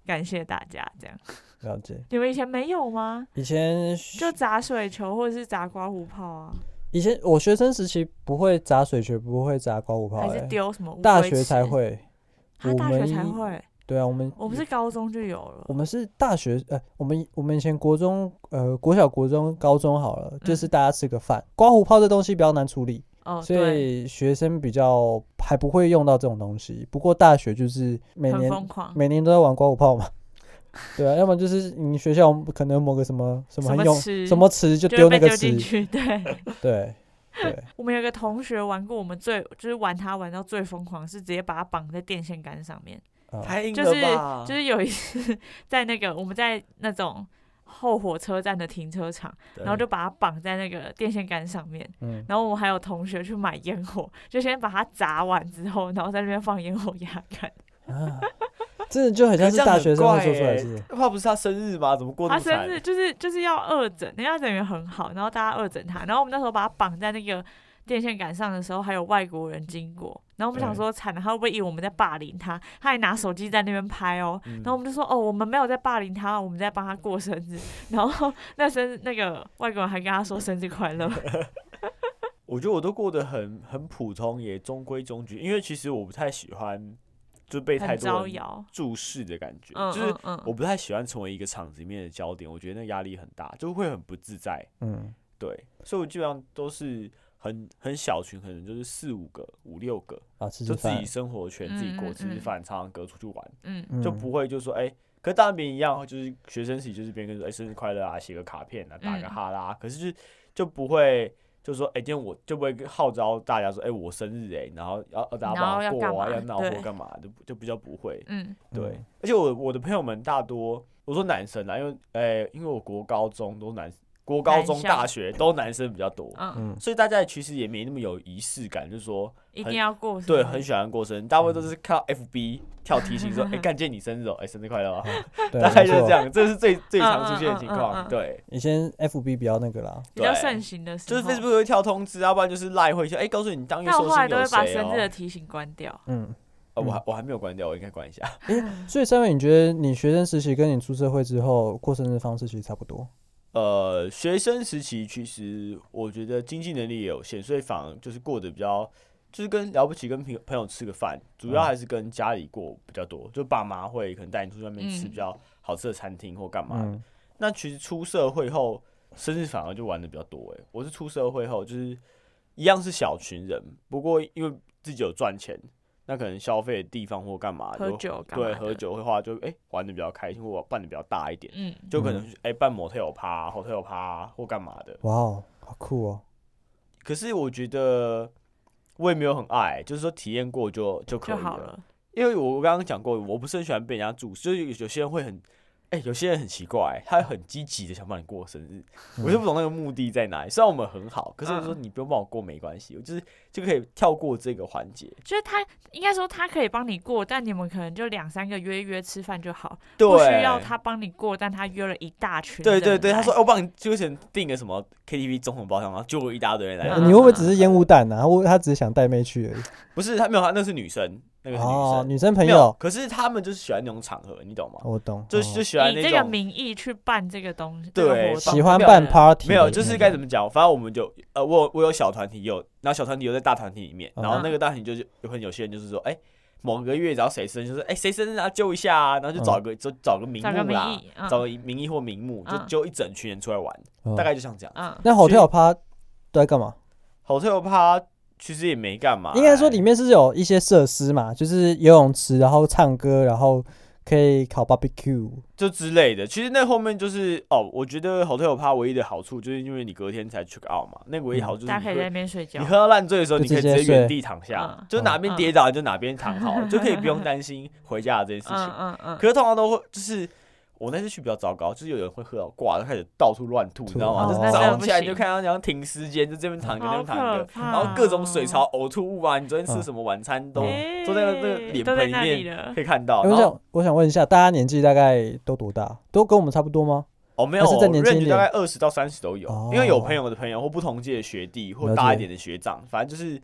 S2: 感谢大家这样。
S1: 了解。
S2: 你们以前没有吗？
S1: 以前
S2: 就砸水球或者是砸刮胡泡啊，
S1: 以前我学生时期不会砸水球，不会砸刮胡泡、
S2: 还是
S1: 欸，
S2: 丢什么乌龟池？
S1: 大学才会。
S2: 啊，
S1: 我
S2: 大学
S1: 们
S2: 才会，
S1: 对啊，我们
S2: 我们是高中就有
S1: 我
S2: 了。
S1: 们是大学，呃，我们我们以前国中，呃，国小、国中、高中好了，就是
S2: 嗯
S1: 大家吃个饭。刮胡泡这东西比较难处理，
S2: 哦，
S1: 所
S2: 对，
S1: 以学生比较还不会用到这种东西。不过大学就是每
S2: 很
S1: 年
S2: 疯狂，
S1: 每年都在玩刮胡泡嘛， 对啊，要么就是你学校可能有某个什么什么
S2: 什
S1: 很
S2: 么
S1: 用
S2: 池
S1: 什么池就
S2: 就
S1: 丢
S2: 被
S1: 那个
S2: 丢
S1: 池
S2: 进，去。对，
S1: 对对，
S2: 我们有个同学玩过，我们最就是玩他玩到最疯狂，是直接把他绑在电线杆上面。
S1: 啊
S3: 太硬
S2: 就是
S3: 了吧？
S2: 就是有一次在那个我们在那种后火车站的停车场，
S3: 对
S2: 然后就把他绑在那个电线杆上面。
S1: 嗯，
S2: 然后我们还有同学去买烟火，就先把它砸完之后，然后在那边放烟火给他看。
S1: 啊，真的就很像是大学生会做出来的
S2: 欸
S1: 事。
S3: 那怕不是他生日吗？怎么过那
S2: 他
S3: 么惨
S2: 生？日啊就是就是要二诊，人家人缘很好，然后大家二诊他，然后我们那时候把他绑在那个电线杆上的时候，还有外国人经过，然后我们想
S1: 对
S2: 说惨了，他会不会以为我们在霸凌他？他还拿手机在那边拍哦，
S3: 嗯
S2: 然后我们就说哦，我们没有在霸凌他，我们在帮他过生日。然后那生日那个外国人还跟他说生日快乐，
S3: 哎我觉得我都过得很很普通，也中规中矩。因为其实我不太喜欢就被太
S2: 很
S3: 多
S2: 招
S3: 人
S2: 摇。
S3: 注视的感觉，
S2: 嗯
S3: 就是
S2: 嗯嗯，
S3: 我不太喜欢成为一个场子里面的焦点，我觉得那压力很大，就会很不自在。
S1: 嗯，
S3: 对，所以我基本上都是很很小群，可能就是四五个、五六个，
S1: 啊，吃
S3: 就
S1: 吃
S3: 自己
S1: 饭，
S3: 生活圈自己过，
S2: 嗯嗯
S3: 吃吃
S2: 嗯
S3: 饭，唱唱歌，出去玩，
S2: 嗯
S1: 嗯
S3: 就不会就说哎、跟大家别人一样，就是学生时期就是别人跟你说哎、生日快乐啊，写个卡片啊，打个
S2: 嗯
S3: 哈啦，可是就是就不会。就说哎、今天我就不会号召大家说哎、我生日哎、然后要要大家
S2: 然后
S3: 帮我
S2: 要
S3: 过
S2: 干
S3: 啊，
S2: 嘛
S3: 要闹或
S2: 对
S3: 干嘛，就不就比较不会。
S2: 嗯
S3: 对，
S1: 嗯
S3: 而且我我的朋友们大多，我说男生啦，因为呃、因为我国高中都男，国高
S2: 男
S3: 中、
S2: 校
S3: 大学都男生比较多，
S2: 嗯，
S1: 嗯，
S3: 所以大家其实也没那么有仪式感，就是说
S2: 一
S3: 很
S2: 定要过生日。
S3: 对，很喜欢过生日，大部分都是
S2: 嗯
S3: 看到 FB 跳提 醒说，哎、干见你生日哦，哎、生日快乐、哦，
S1: 对，
S3: 大概
S1: 没
S3: 就是这
S1: 错。
S3: 样，这是最最常出现的情
S2: 嗯嗯嗯
S3: 况，
S2: 嗯嗯
S3: 对。
S1: 以前 FB 比较那个啦，
S2: 比较
S3: 对
S2: 盛行的时
S3: 就
S2: 候，
S3: 是 Facebook 会跳通知，要不然就是赖会说，哎、告诉你当月
S2: 但
S3: 寿
S2: 我后来
S3: 星
S2: 都
S3: 有
S2: 会把
S3: 谁
S2: 生
S3: 哦
S2: 日、的提醒关掉。
S1: 嗯。
S3: 呃我还我还没有关掉，我应该关一下。
S2: 嗯
S1: 所以，三位，你觉得你学生时期跟你出社会之后过生日方式其实差不多？
S3: 呃，学生时期其实我觉得经济能力也有限，所以反而就是过得比较，就是跟了不起跟朋朋友吃个饭，主
S2: 嗯
S3: 要还是跟家里过比较多，就爸妈会可能带你出去外面吃
S2: 嗯
S3: 比较好吃的餐厅或干嘛的。
S1: 嗯，
S3: 那其实出社会后，生日反而就玩的比较多、欸。我是出社会后，就是一样是小群人，不过因为自己有赚钱，那可能消费的地方或干嘛
S2: 喝
S3: 就
S2: 酒干嘛
S3: 对
S2: 的
S3: 喝，酒会话就哎、欸玩的比较开心，或办的比较大一点，
S2: 嗯，
S3: 就可能哎、欸办 motel 趴、hotel 趴啊或干嘛的。
S1: 哇哦，好酷哦，
S3: 可是我觉得我也没有很爱、就是说体验过就就可以啊
S2: 就好了。
S3: 因为我刚刚讲过，我不是很喜欢被人家注视，就是有有些人会很，哎、有些人很奇怪、他很积极的想帮你过生日，
S1: 嗯
S3: 我就不懂那个目的在哪里。虽然我们很好，可是我说
S2: 嗯
S3: 你不用帮我过没关系，我就是就可以跳过这个环节。
S2: 就是他应该说他可以帮你过，但你们可能就两三个约一约吃饭就好，
S3: 对，
S2: 不需要他帮你过，但他约了一大群人
S3: 对
S2: 来。
S3: 对对，他说、哎我帮你之前订个什么 KTV 总统包厢，然后就有一大堆人来
S2: 嗯，
S1: 你会不会只是烟雾弹啊？我他只是想带妹去而已。
S3: 不是他没有，他那是女生，那个是女
S1: 哦，
S3: 生，
S1: 女生朋
S3: 没有
S1: 友，
S3: 可是他们就是喜欢那种场合，你懂吗？
S1: 我懂，
S3: 就
S1: 哦
S3: 就喜欢
S2: 以
S3: 那
S2: 这
S3: 种
S2: 个名义去办这个东西，这个
S3: 对
S2: 活动
S1: 喜欢
S2: 对
S1: 办 party，
S3: 没有，就是该
S1: 么
S3: 怎么讲？反正我们就呃，我有我有小团体有，然后小团体有在大团体里面，
S1: 嗯
S3: 然后那个大团体就是有很有些人就是说，哎、某个月只要谁生日，就是哎谁生日啊揪一下啊，然后
S1: 嗯
S3: 就找个就找个名
S2: 找个
S3: 目
S2: 名
S3: 啦
S2: 义，嗯
S3: 找个名义或名目，就
S2: 嗯
S3: 揪一整群人出来玩，
S1: 嗯
S3: 大。概就像这样。
S2: 嗯，
S1: 那 hotel 趴都在干嘛？
S3: hotel 趴其实也没干嘛、哎
S1: 应该说里面是有一些设施嘛，就是游泳池，然后唱歌，然后可以烤 barbecue。
S3: 就之类的。其实那后面就是哦，我觉得 hotel 趴唯一的好处就是因为你隔天才 check out 嘛，那个唯一
S1: 嗯
S3: 好处就是
S2: 大家
S3: 你
S2: 可以
S3: 会
S2: 在那边睡觉
S3: 你。喝到烂醉的时候，
S1: 就
S3: 你可
S1: 直
S3: 以
S1: 接
S3: 直接原
S1: 睡
S3: 地躺下
S2: 嗯，
S3: 就哪边
S2: 嗯
S3: 跌倒你就哪边躺好，就可以不用担心回家的这件事
S2: 嗯
S3: 情。
S2: 嗯嗯，
S3: 可是通常都会就是。我那次去比较糟糕，就是有人会喝到挂，就开始到处乱吐，你知道吗？
S1: 吐
S3: 就是
S1: 哦
S3: 早
S2: 那真的
S3: 上
S2: 不
S3: 起来你就
S2: 行
S3: 看到像停尸间，就这边躺一个，那
S2: 好
S3: 边躺一
S2: 可
S3: 个，
S2: 怕哦。
S3: 然后各种水槽、呕吐物啊，你昨天吃
S1: 嗯
S3: 什么晚餐都
S2: 哎，
S3: 都在那个脸
S2: 都在
S3: 盆
S2: 那
S3: 里
S2: 里
S3: 面
S2: 了
S3: 可。以看到。
S1: 哎
S3: 然
S1: 我
S3: 后
S1: 想我想问一下，大家年纪大概都多大？都跟我们差不多吗？
S3: 哦，没有
S1: 还是再年轻一
S3: range
S1: 点
S3: 大概二十到三十都有
S1: 哦，
S3: 因为有朋友的朋友或不同届的学弟或
S1: 了
S3: 大
S1: 解
S3: 一点的学长，反正就是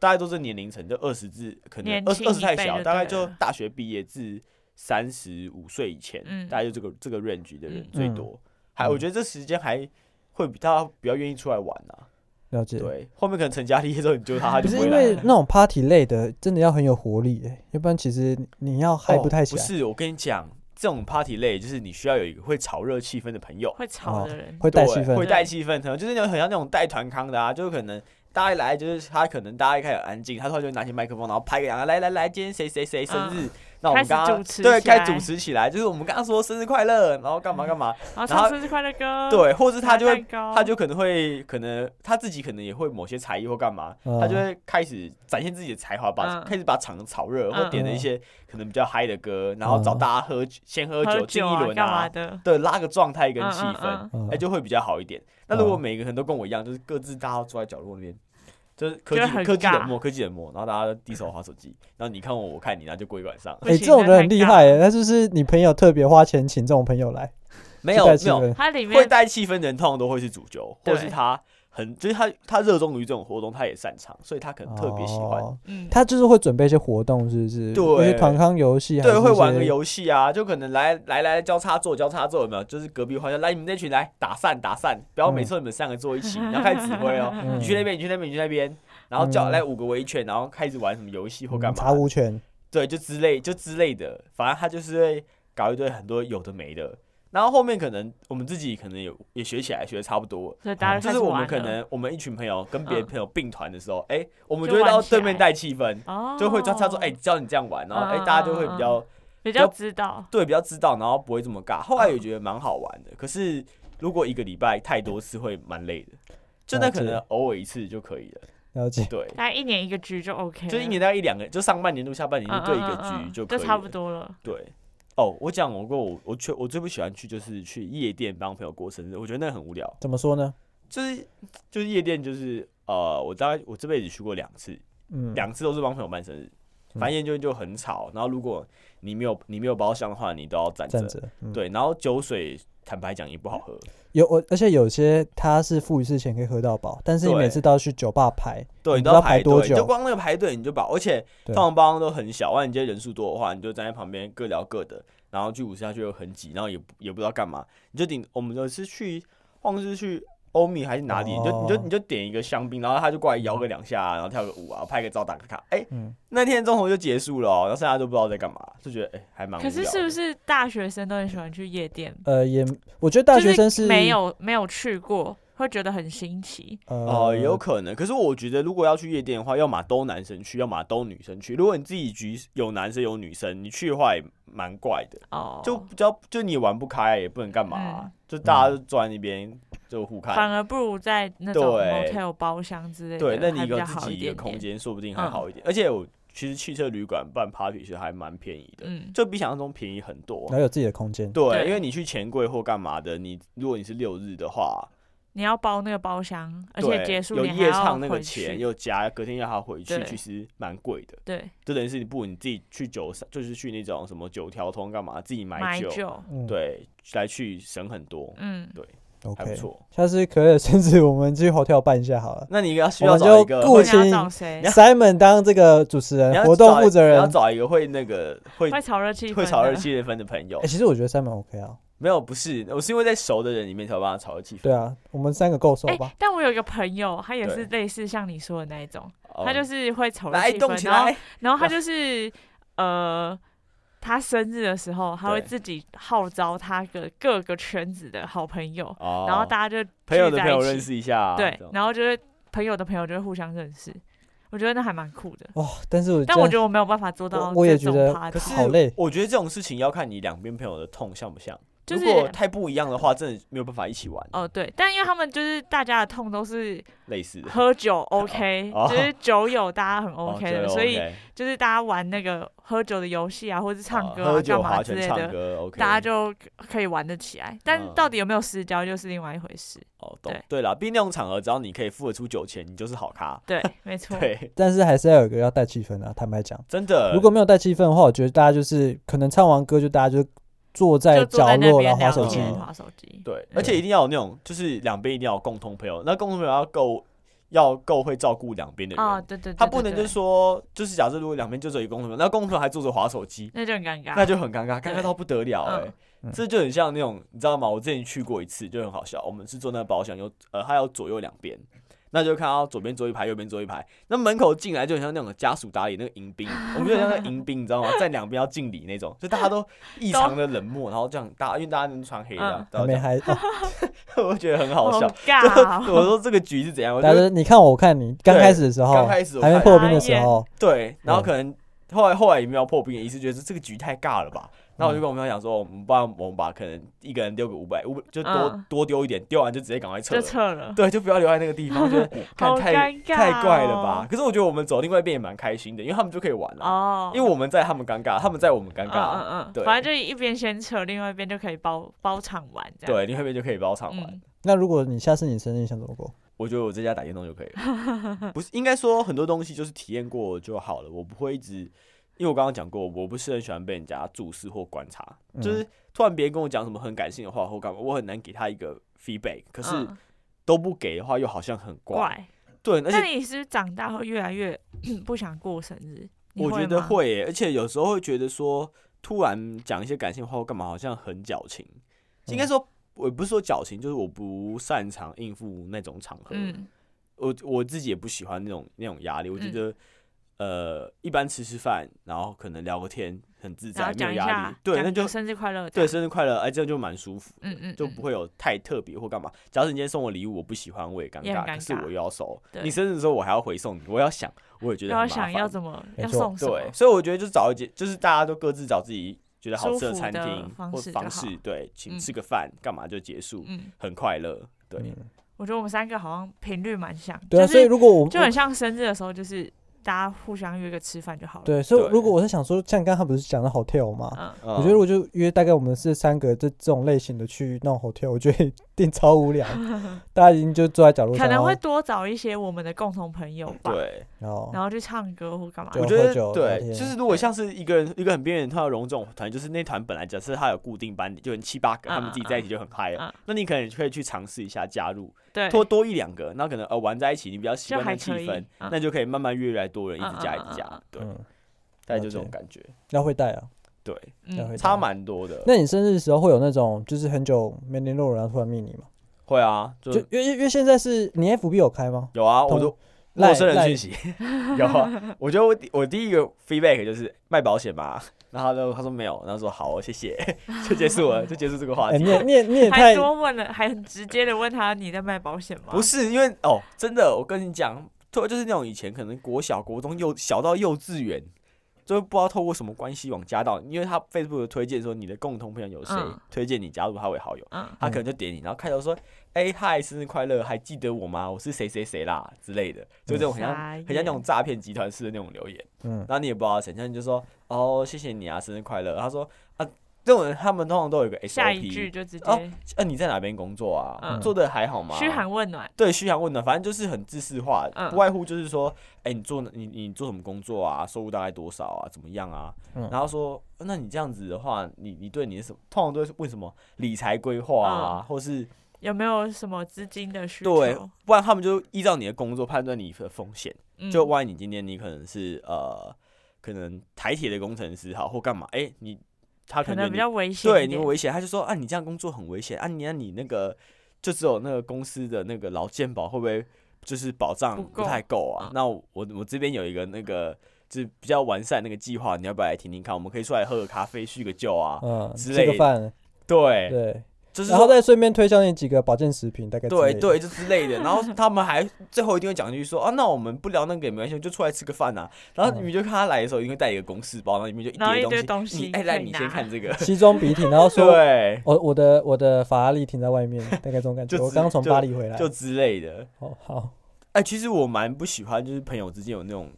S3: 大概都是年龄层，就二十至可能
S2: 年
S3: 二十
S2: 轻
S3: 二十
S2: 一
S3: 太
S2: 辈
S3: 小，
S2: 就
S3: 大概
S2: 对
S3: 就
S2: 了
S3: 大学毕业至三十五岁以前，
S2: 嗯
S3: 大概就这个这个 range 的人
S2: 嗯
S3: 最
S1: 嗯
S3: 多。还我
S1: 嗯
S3: 觉得这时间还会比大家比较愿意出来玩啊，
S1: 了解。
S3: 对，后面可能成家立业之后你揪他，他
S1: 不
S3: 就是回
S1: 因
S3: 来
S1: 为
S3: 了。
S1: 那种 party 类的，真的要很有活力哎、要不然其实你要嗨
S3: 哦
S1: 不太起
S3: 不
S1: 来，
S3: 是，我跟你讲，这种 party 类就是你需要有一个会炒热气氛的朋友。
S2: 会
S1: 哦
S2: 吵的人，
S1: 会带气
S3: 对
S1: 氛
S3: 会。带气氛，可能就是那种很像那种带团康的啊，就是可能大家一来就是他可能大家一开始很安静，他突然就拿起麦克风，然后拍给大家，来来来，今天谁谁谁生日，那我
S2: 嗯
S3: 们
S2: 开始
S3: 刚刚
S2: 主持
S3: 对
S2: 起来
S3: 开始主持起来，就是我们刚刚说生日快乐，然后干嘛干嘛，
S2: 然后
S3: 然
S2: 唱
S3: 后
S2: 生日快乐歌，，
S3: 对，或是他就会
S2: 蛋糕，
S3: 他就可能会可能他自己可能也会某些才艺或干嘛，
S1: 嗯
S3: 他就会开始展现自己的才华，把
S2: 嗯
S3: 开始把场炒热，或
S2: 嗯
S3: 点了一些可能比较嗨的歌，然后找
S1: 嗯
S3: 大家喝先喝
S2: 喝
S3: 酒敬一
S2: 啊，
S3: 轮
S2: 干嘛
S3: 啊，
S2: 的，
S3: 对，拉个状态跟
S2: 嗯
S3: 气
S2: 嗯
S3: 氛。
S2: 嗯
S1: 嗯
S3: 哎、就会比较好一点。那如果
S1: 嗯
S3: 每个人都跟我一样，就是各自大家都坐在角落那边，就是科
S2: 就
S3: 技
S2: 很
S3: 科技
S2: 尬
S3: 冷漠，科技冷漠，然后大家都低手划手机，然后你看我，我看你，然后就过一晚上。
S2: 不
S1: 哎、
S2: 行
S1: 这种人
S2: 那
S1: 很
S2: 太
S1: 厉
S2: 尬
S1: 害、
S2: 了
S1: 欸，他就是你朋友特别花钱请这种朋友来，
S3: 没有
S1: 就带
S3: 没
S1: 气
S3: 有，
S1: 氛
S2: 它嗯里
S3: 会
S2: 面
S3: 带气氛的人通常都会是主角，或是
S2: 对
S3: 他很就是他他热衷于这种活动，他也擅长，所以他可能 特别喜欢。
S1: 哦
S2: 嗯，
S1: 他就是会准备一些活动，是不是？
S3: 对
S1: 一些团康游戏，
S3: 对，会玩个
S1: 戏。
S3: 游戏啊，就可能来来来交叉坐交叉坐有没有？就是隔壁花园来你们这群来打散打散，不要每
S1: 嗯
S3: 次你们三个坐一起，然后开始指挥 哦，
S1: 嗯
S3: 你去那边你去那边你去那边，然后叫
S1: 嗯
S3: 来五个围一圈，然后开始玩什么游戏或干
S1: 嗯
S3: 嘛的？
S1: 查无权，
S3: 对，就之类就之类的，反正他就是会搞一堆很多有的没的。然后后面可能我们自己可能有也学起来，学的差不多，
S2: 所以大家
S3: 就
S2: 开
S3: 是
S2: 始
S3: 我
S2: 玩
S3: 们
S2: 了
S3: 可能我们一群朋友跟别的
S2: 嗯
S3: 朋友并团的时候，哎、我们
S2: 就
S3: 就会
S2: 玩
S3: 到
S2: 起
S3: 对面
S2: 来
S3: 带气氛，
S2: 哦，
S3: 就会叫他说，哎、教你这样玩，然后哎、
S2: 嗯
S3: 大家就会比
S2: 嗯
S3: 较、
S2: 比
S3: 要
S2: 较知道，
S3: 对比较知道，然后不会这么尬。后来
S1: 嗯
S3: 也觉得蛮好玩的，可是如果一个礼拜太多次会蛮累的，就那
S1: 了
S3: 可能
S1: 解
S3: 偶尔一次就可以了。
S1: 了解。
S3: 对，
S2: 大概一年一个局就 OK，
S3: 就一年
S2: 了
S3: 大概一两个，就上半年度、下半年
S2: 嗯
S3: 度对一个
S2: 嗯嗯
S3: 局
S2: 嗯
S3: 就可
S2: 就
S3: 以了。
S2: 差不多了，
S3: 对，哦，我讲过我我最我最不喜欢去就是去夜店帮朋友过生日，我觉得那很无聊。
S1: 怎么说呢？
S3: 就是就是夜店就是呃，我大概我这辈子去过两次，
S1: 嗯，
S3: 两次都是帮朋友办生日。
S1: 嗯
S3: 反正夜店就很吵，然后如果你没有你没有包厢的话，你都要站着
S1: 站。着。嗯，
S3: 对，然后酒水坦白讲也不好喝，
S1: 有我，而且有些他是付一次钱可以喝到饱，但是你
S3: 对
S1: 每次都要去酒吧排，
S3: 对，
S1: 你不知
S3: 你都
S1: 道
S3: 要
S1: 排
S3: 排
S1: 多
S3: 队，你就
S1: 久
S3: 光那个排队你就把，而且
S1: 对
S3: 通常包厢都很小，万一你今天人数多的话，你就站在旁边各聊各的，然后去舞池下去又很挤，然后也不也不知道干嘛，你就顶我们有一次去忘记是去欧米还是哪里，你就你就
S1: 哦
S3: 你就点一个香槟，然后他就过来摇个两下啊，然后跳个舞啊，拍个照打个卡，哎、
S1: 嗯
S3: 那天中午就结束了哦、然后剩下都不知道在干嘛，就觉得哎、还蛮无
S2: 可是
S3: 聊
S2: 是不
S3: 的
S2: 是大学生都很喜欢去夜店？
S1: 呃，也我觉得大学生
S2: 就是没有没有去过，会觉得很新奇。
S1: 呃
S3: 哦，也有可能。可是我觉得，如果要去夜店的话，要么都男生去，要么都女生去。如果你自己局有男生有女生，你去的话也蛮怪的，
S2: 哦，嗯
S3: 就比较就你也玩不开，啊也不能干嘛、就大家就坐在那边就互看。
S2: 反而不如在那种
S3: 对
S2: motel 包厢之类的，
S3: 对，那你
S2: 还比
S3: 有
S2: 较
S3: 自
S2: 好一
S3: 己一个
S2: 点
S3: 空
S2: 点。嗯
S3: 间，说不定还好一点。而且我其实汽车旅馆办 party 是还蛮便宜的，
S2: 嗯，
S3: 就比想象中便宜很多
S1: 然。后有自己的空间，
S3: 对，
S2: 对
S3: 因为你去钱柜或干嘛的，你如果你是六日的话，
S2: 你要包那个包厢，而
S3: 对，
S2: 且结束
S3: 有
S2: 你还
S3: 夜
S2: 要
S3: 唱那个
S2: 回
S3: 钱
S2: 去。
S3: 又加隔天要他回去，
S2: 对
S3: 其实蛮贵的。
S2: 对，
S3: 就等于是你不如你自己去酒商，就是去那种什么酒条通干嘛，自己
S2: 买
S3: 酒，
S2: 酒，
S1: 嗯，
S3: 对，来去省很多，
S2: 嗯，
S3: 还不
S1: ，OK。
S3: 错。
S1: 下次可以，甚至我们去 hotel 办一下好了。
S3: 那你要需
S1: 我
S3: 要
S1: 们
S3: 找一
S1: 就
S3: 个
S1: 顾
S3: 会，
S2: 不
S1: 不
S2: 知道
S1: 行
S2: 找谁，
S1: Simon 当这个主持
S3: 你
S1: 人、
S3: 要
S1: 活动
S3: 找一
S1: 负责人
S3: 你要。找一个会那个会
S2: 会炒热气氛，
S3: 会炒热，气氛的朋友
S1: 哎、。其实我觉得 Simon OK 啊，
S3: 没有，不是，我是因为在熟的人里面才有办法炒热气氛。
S1: 对啊，我们三个够瘦
S2: 哎、
S1: 吧？
S2: 但我有一个朋友，他也
S3: 对
S2: 是类似像你说的那一种，
S3: 哦，
S2: 他就是会炒热
S3: 来
S2: 气
S3: 动起
S2: 氛，然后
S3: 来，
S2: 然后他就是呃，他生日的时候，他会
S3: 对
S2: 自己号召他的各个圈子的好朋友，
S3: 哦
S2: 然后大家就
S3: 朋
S2: 聚
S3: 友的
S2: 在
S3: 朋友
S2: 一起
S3: 认识一下，啊
S2: 对
S3: 这，样
S2: 然后就是朋友的朋友就会互相认识，我觉得那还蛮酷的。
S1: 哇、哦但是我
S2: 但我
S1: 真
S2: 觉得我没有办法做到
S1: 我我也
S2: 这
S1: 觉
S2: 种
S1: 得
S2: party，
S3: 可是
S1: 好累
S3: 我觉得这种事情要看你两边朋友的痛像不像。
S2: 就
S3: 如果
S2: 是
S3: 太不一样的话，真的没有办法一起玩。
S2: 哦对，但因为他们就是大家的痛都是
S3: 类似的
S2: 喝酒 OK，
S3: 哦
S2: 就是酒友大家很
S3: 哦
S2: OK
S3: 对
S2: 的，所以
S3: OK
S2: 就是大家玩那个喝酒的游戏啊，或者是唱
S3: 哦
S2: 歌
S3: 喝
S2: 啊、
S3: 酒、
S2: 干
S3: 划
S2: 嘛之
S3: 拳、
S2: 类
S3: 唱
S2: 的，
S3: 歌，OK，
S2: 大家就可以玩得起来。
S3: 嗯
S2: 但到底有没有私交就是另外一回事。
S3: 哦，懂
S2: 对。
S3: 对啦，毕竟那种场合，只要你可以付得出酒钱，你就是好咖。
S2: 对，没错。
S3: 对，
S1: 但是还是要有一个要带气氛啊。坦白讲，
S3: 真的。
S1: 如果没有带气氛的话，我觉得大家就是可能唱完歌就大家就坐在
S2: 就坐
S1: 角
S2: 在那
S1: 落，
S2: 边
S1: 然后
S2: 聊
S1: 划手机。
S2: 天、划手机。
S3: 对，
S2: 嗯
S3: 而且一定要有那种，就是两边一定要有共同朋友，那共同朋友要够，要够会照顾两边的
S2: 啊，
S3: 人。
S2: 对对对，
S3: 他不能
S2: 对
S3: 就
S2: 对
S3: 说，就是假设如果两边就只有一个共同朋友，那共同朋友还坐着划手机，
S2: 那就很尴尬。
S3: 那就很尴尬，尴尬
S2: 对
S3: 到不得了哎、
S2: 嗯
S1: 嗯
S3: 这就很像那种，你知道吗？我之前去过一次，就很好笑。我们是坐那个包厢，有呃，它有左右两边，那就看到左边坐一排，右边坐一排。那门口进来就很像那种家属打理那个迎 宾，我们就很像那个迎宾，你知道吗？在两边要敬礼那种，就大家都异常的冷漠，然后这样大，因为大家都穿黑这样
S2: 嗯，
S3: 然
S1: 还没
S3: 后这样
S1: 嗨、哦，
S3: 我觉得很好 笑。
S2: 尬
S3: 就我
S2: 哦。
S3: 说这个局是怎样？我
S1: 大
S3: 觉
S1: 家
S3: 得
S1: 就你看我，我看你。刚开始的时候，
S3: 刚开始我
S1: 还没
S3: 看哎
S1: 破冰的时候，
S3: 对，然后可能后来后来也没有破冰的意思，觉得这个局太尬了
S2: 嗯
S3: 吧。然后我就跟我朋友讲说，我们不然我们把可能一个人丢个五百，五就多、
S2: 嗯
S3: 多丢一点，丢完 就直接赶快撤
S2: 就
S3: 了。
S2: 撤了，
S3: 对，就不要留在那个 地方，就看
S2: 好
S3: 太
S2: 尴尬、哦
S3: 太怪了吧？？可是我觉得我们走另外一边也蛮开心的，因为他们就可以玩了、
S2: 哦，
S3: 因为我们在他们尴尬，他们在我们尴
S2: 嗯
S3: 尬，
S2: 嗯
S3: 对
S2: 嗯，反正就一边先撤，另外一边就可以包包场玩这样。
S3: 对，另外一边就可以包场玩。
S2: 嗯，
S1: 那如果你下次你生日你想怎么过？
S3: 我觉得我在家打电动就可以了。不是，应该说很多东西就是体验过就好了，我不会一直，因为我刚刚讲过，我不是很喜欢被人家注视或观察，
S1: 嗯
S3: 就是突然别人跟我讲什么很感性的话或干嘛，我很难给他一个 feedback，可是
S2: 嗯
S3: 都不给的话又好像很怪。
S2: 怪。
S3: 对，而
S2: 那
S3: 且
S2: 你是不是长大后越来越 不想过生日？你
S3: 我觉得
S2: 吗，
S3: 会耶、而且有时候会觉得说，突然讲一些感性话或干嘛，好像很矫情。
S1: 嗯
S3: 应该说，我不是说矫情，就是我不擅长应付那种场合。
S2: 嗯
S3: 我我自己也不喜欢那种那种压力，我觉
S2: 嗯
S3: 得、呃，一般吃吃饭，然后可能聊个天，很自
S2: 然
S3: 在，
S2: 后
S3: 没有
S2: 讲一
S3: 压
S2: 下
S3: 力，，对，
S2: 讲
S3: 那就
S2: 生日快乐这
S3: 对
S2: 样。
S3: 生日快乐，哎，这样就蛮舒服，
S2: 嗯嗯，
S3: 就
S2: 嗯
S3: 不会有太特别或干嘛。假如你今天送我礼物，我不喜欢，我也尴
S2: 也很
S3: 尬，可
S2: 尴
S3: 是我
S2: 尬
S3: 又要收。
S2: 对
S3: 你生日的时候，我还要回送你，我要想，我也觉得
S2: 要
S3: 很麻
S2: 想要
S3: 烦
S2: 怎么
S1: 没
S2: 要
S1: 错
S2: 送什
S3: 对
S2: 么，，
S3: 所以我觉得就找一节，就是大家都各自找自己觉得好
S2: 舒
S3: 吃的
S2: 服
S3: 餐
S2: 的
S3: 厅
S2: 方
S3: 或
S2: 式就
S3: 方
S2: 好
S3: 式，对，请
S2: 嗯
S3: 吃个饭，干嘛就结束，
S2: 嗯，
S3: 很快乐。对，
S1: 嗯
S2: 我觉得我们三个好像频率蛮像，
S1: 对啊，
S2: 就
S1: 所以
S2: 是
S1: 如果我
S2: 就很像生日的时候，就是大家互相约个吃饭就好了。，
S1: 对，所以
S3: 对啊
S1: 如果我是想说，像刚刚他不是讲的 hotel 吗？
S2: 嗯，
S1: 我
S3: 我
S1: 觉得我就约大概我们是三个这这种类型的去弄 hotel，我觉得一定超无 聊，大家已经就坐在角落
S2: 可
S1: 上，然
S2: 能
S1: 后
S2: 会多找一些我们的共同朋友吧，
S3: 对，
S1: 然后
S3: 哦
S2: 然后去唱歌或干嘛
S1: 对。
S3: 我
S1: 有
S3: 觉
S1: 喝
S3: 得
S1: 酒聊
S3: 对，啊
S1: 天
S3: 就是如果像是一个人一个很边缘的团要融这种团，就是那团本来假设他有固定班底，就很七八个，
S2: 嗯
S3: 他们自己在一起就很嗨
S2: 嗯
S3: 了
S2: 嗯。
S3: 那你可能可以去尝试一下加入，
S2: 对，
S3: 多多一两个，那可能呃玩在一起，你比较习
S2: 就
S3: 惯那
S2: 还
S3: 个气
S2: 可以
S3: 氛，
S2: 嗯
S3: 那就可以慢慢越来越多人一
S2: 嗯
S3: 直加一
S2: 嗯
S3: 直
S2: 嗯
S3: 加
S2: 嗯，
S3: 对，
S1: 嗯，
S3: 大概
S1: 了
S3: 就这种
S1: 解
S3: 感觉，
S1: 要会带啊，
S3: 对，
S1: 要
S2: 嗯
S1: 会带
S3: 差蛮多的。
S1: 那你生日的时候会有那种就是很久没联络的人然后突然密你吗？
S3: 会啊，就
S1: 就因为因为现在是你 FB 有开吗？
S3: 有啊，我
S1: 同
S3: 都
S1: 赖
S3: 陌生人
S1: 赖
S3: 讯息 有啊。我觉得我第我第一个 feedback 就是卖保险嘛，然后他就他说没有，然后说好，谢 谢，就结束了，就结束这个话
S1: 哎，
S3: 题
S1: 你。也你也你 也
S2: 还
S1: 太
S2: 多问了，还很直接的问他你在卖保险吗？
S3: 不是因为哦，真的，我跟你讲，就就是那种以前可能国小、国中幼小到幼稚园，就不知道透过什么关系往加到你，因为他 Facebook 的推荐说你的共同朋友有谁、
S2: 嗯
S3: 推荐你加入他为好友，
S2: 嗯，
S3: 他可能就点你，然后开头说，哎、嗨，生日快乐，还记得我吗？我是谁谁谁啦之类的，就这种很像
S2: 傻
S3: 很像那种
S2: 眼
S3: 诈骗集团式的那种留言。
S1: 嗯，
S3: 然后你也不知道谁，然后你就说哦，谢谢你啊，生日快乐。他说啊，这种人他们通常都有一个
S2: 下一句
S3: SOP，
S2: 就直接
S3: 哦呃、你在哪边工作啊？
S2: 嗯
S3: 做的还好吗？
S2: 嘘寒问暖，
S3: 对嘘寒问暖，反正就是很自私化，
S2: 嗯
S3: 不外乎就是说，哎、你做你你做什么工作啊？收入大概多少啊？怎么样啊？
S1: 嗯
S3: 然后说，呃那你这样子的话，你你对你的什么，通常都是问什么理财规划啊，
S2: 嗯
S3: 或是
S2: 有没有什么资金的需
S3: 对
S2: 求？，
S3: 不然他们就依照你的工作判断你的风险。
S2: 嗯
S3: 就万一你今天你可能是呃，可能台铁的工程师好或干嘛，哎、你他
S2: 可
S3: 觉得
S2: 能比
S3: 你
S2: 较危险
S3: 对
S2: 一点，
S3: 你危险，他就说啊，你这样工作很危险啊，你啊你那个就只有那个公司的那个劳健保会不会就是保障
S2: 不
S3: 不
S2: 够
S3: 太够啊
S2: 嗯？
S3: 那我我这边有一个那个就是比较完善那个计划，你要不要来听听看？我们可以出来喝个咖啡叙个旧啊，
S1: 嗯，吃
S3: 之类
S1: 个
S3: 的
S1: 饭，
S3: 对，
S1: 对，
S3: 就是
S1: 然后
S3: 说。
S1: 再顺便推销你几个保健食品，大概之类
S3: 对
S1: 的
S3: 对，，就之类的，然后他们还最后一定会讲一句说啊，那我们不聊那个也没关系，就出来吃个饭呐、啊。然后
S1: 嗯
S3: 你们就看他来的时候，一定会带一个公事包，然后里面就一
S2: 然后一
S3: 堆
S2: 堆
S3: 东
S2: 东西
S3: 你哎，来
S2: 可以
S3: 你先
S2: 拿
S3: 看这个，
S1: 西装笔挺，然后说，
S3: 对，
S1: 我我的我的法拉利停在外面，大概这种感觉。
S3: 就
S1: 我
S3: 直
S1: 刚从巴黎回来，
S3: 就之类的。
S1: 哦好，
S3: 哎，其实我蛮不喜欢，就是朋友之间有那种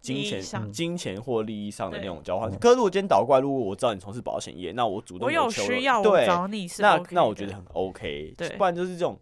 S3: 金
S2: 利益
S3: 钱、
S2: 上
S3: 金钱或利益上的那
S2: 对
S3: 种交换
S1: 嗯。
S3: 可是如果今天倒过来，如果我知道你从事保险业，那我主动
S2: 我有
S3: 求了
S2: 需要我
S3: 对，
S2: 找你是
S3: 那
S2: OK
S3: 那我觉
S2: 的
S3: 得很 OK。
S2: 对
S3: 不然就是这种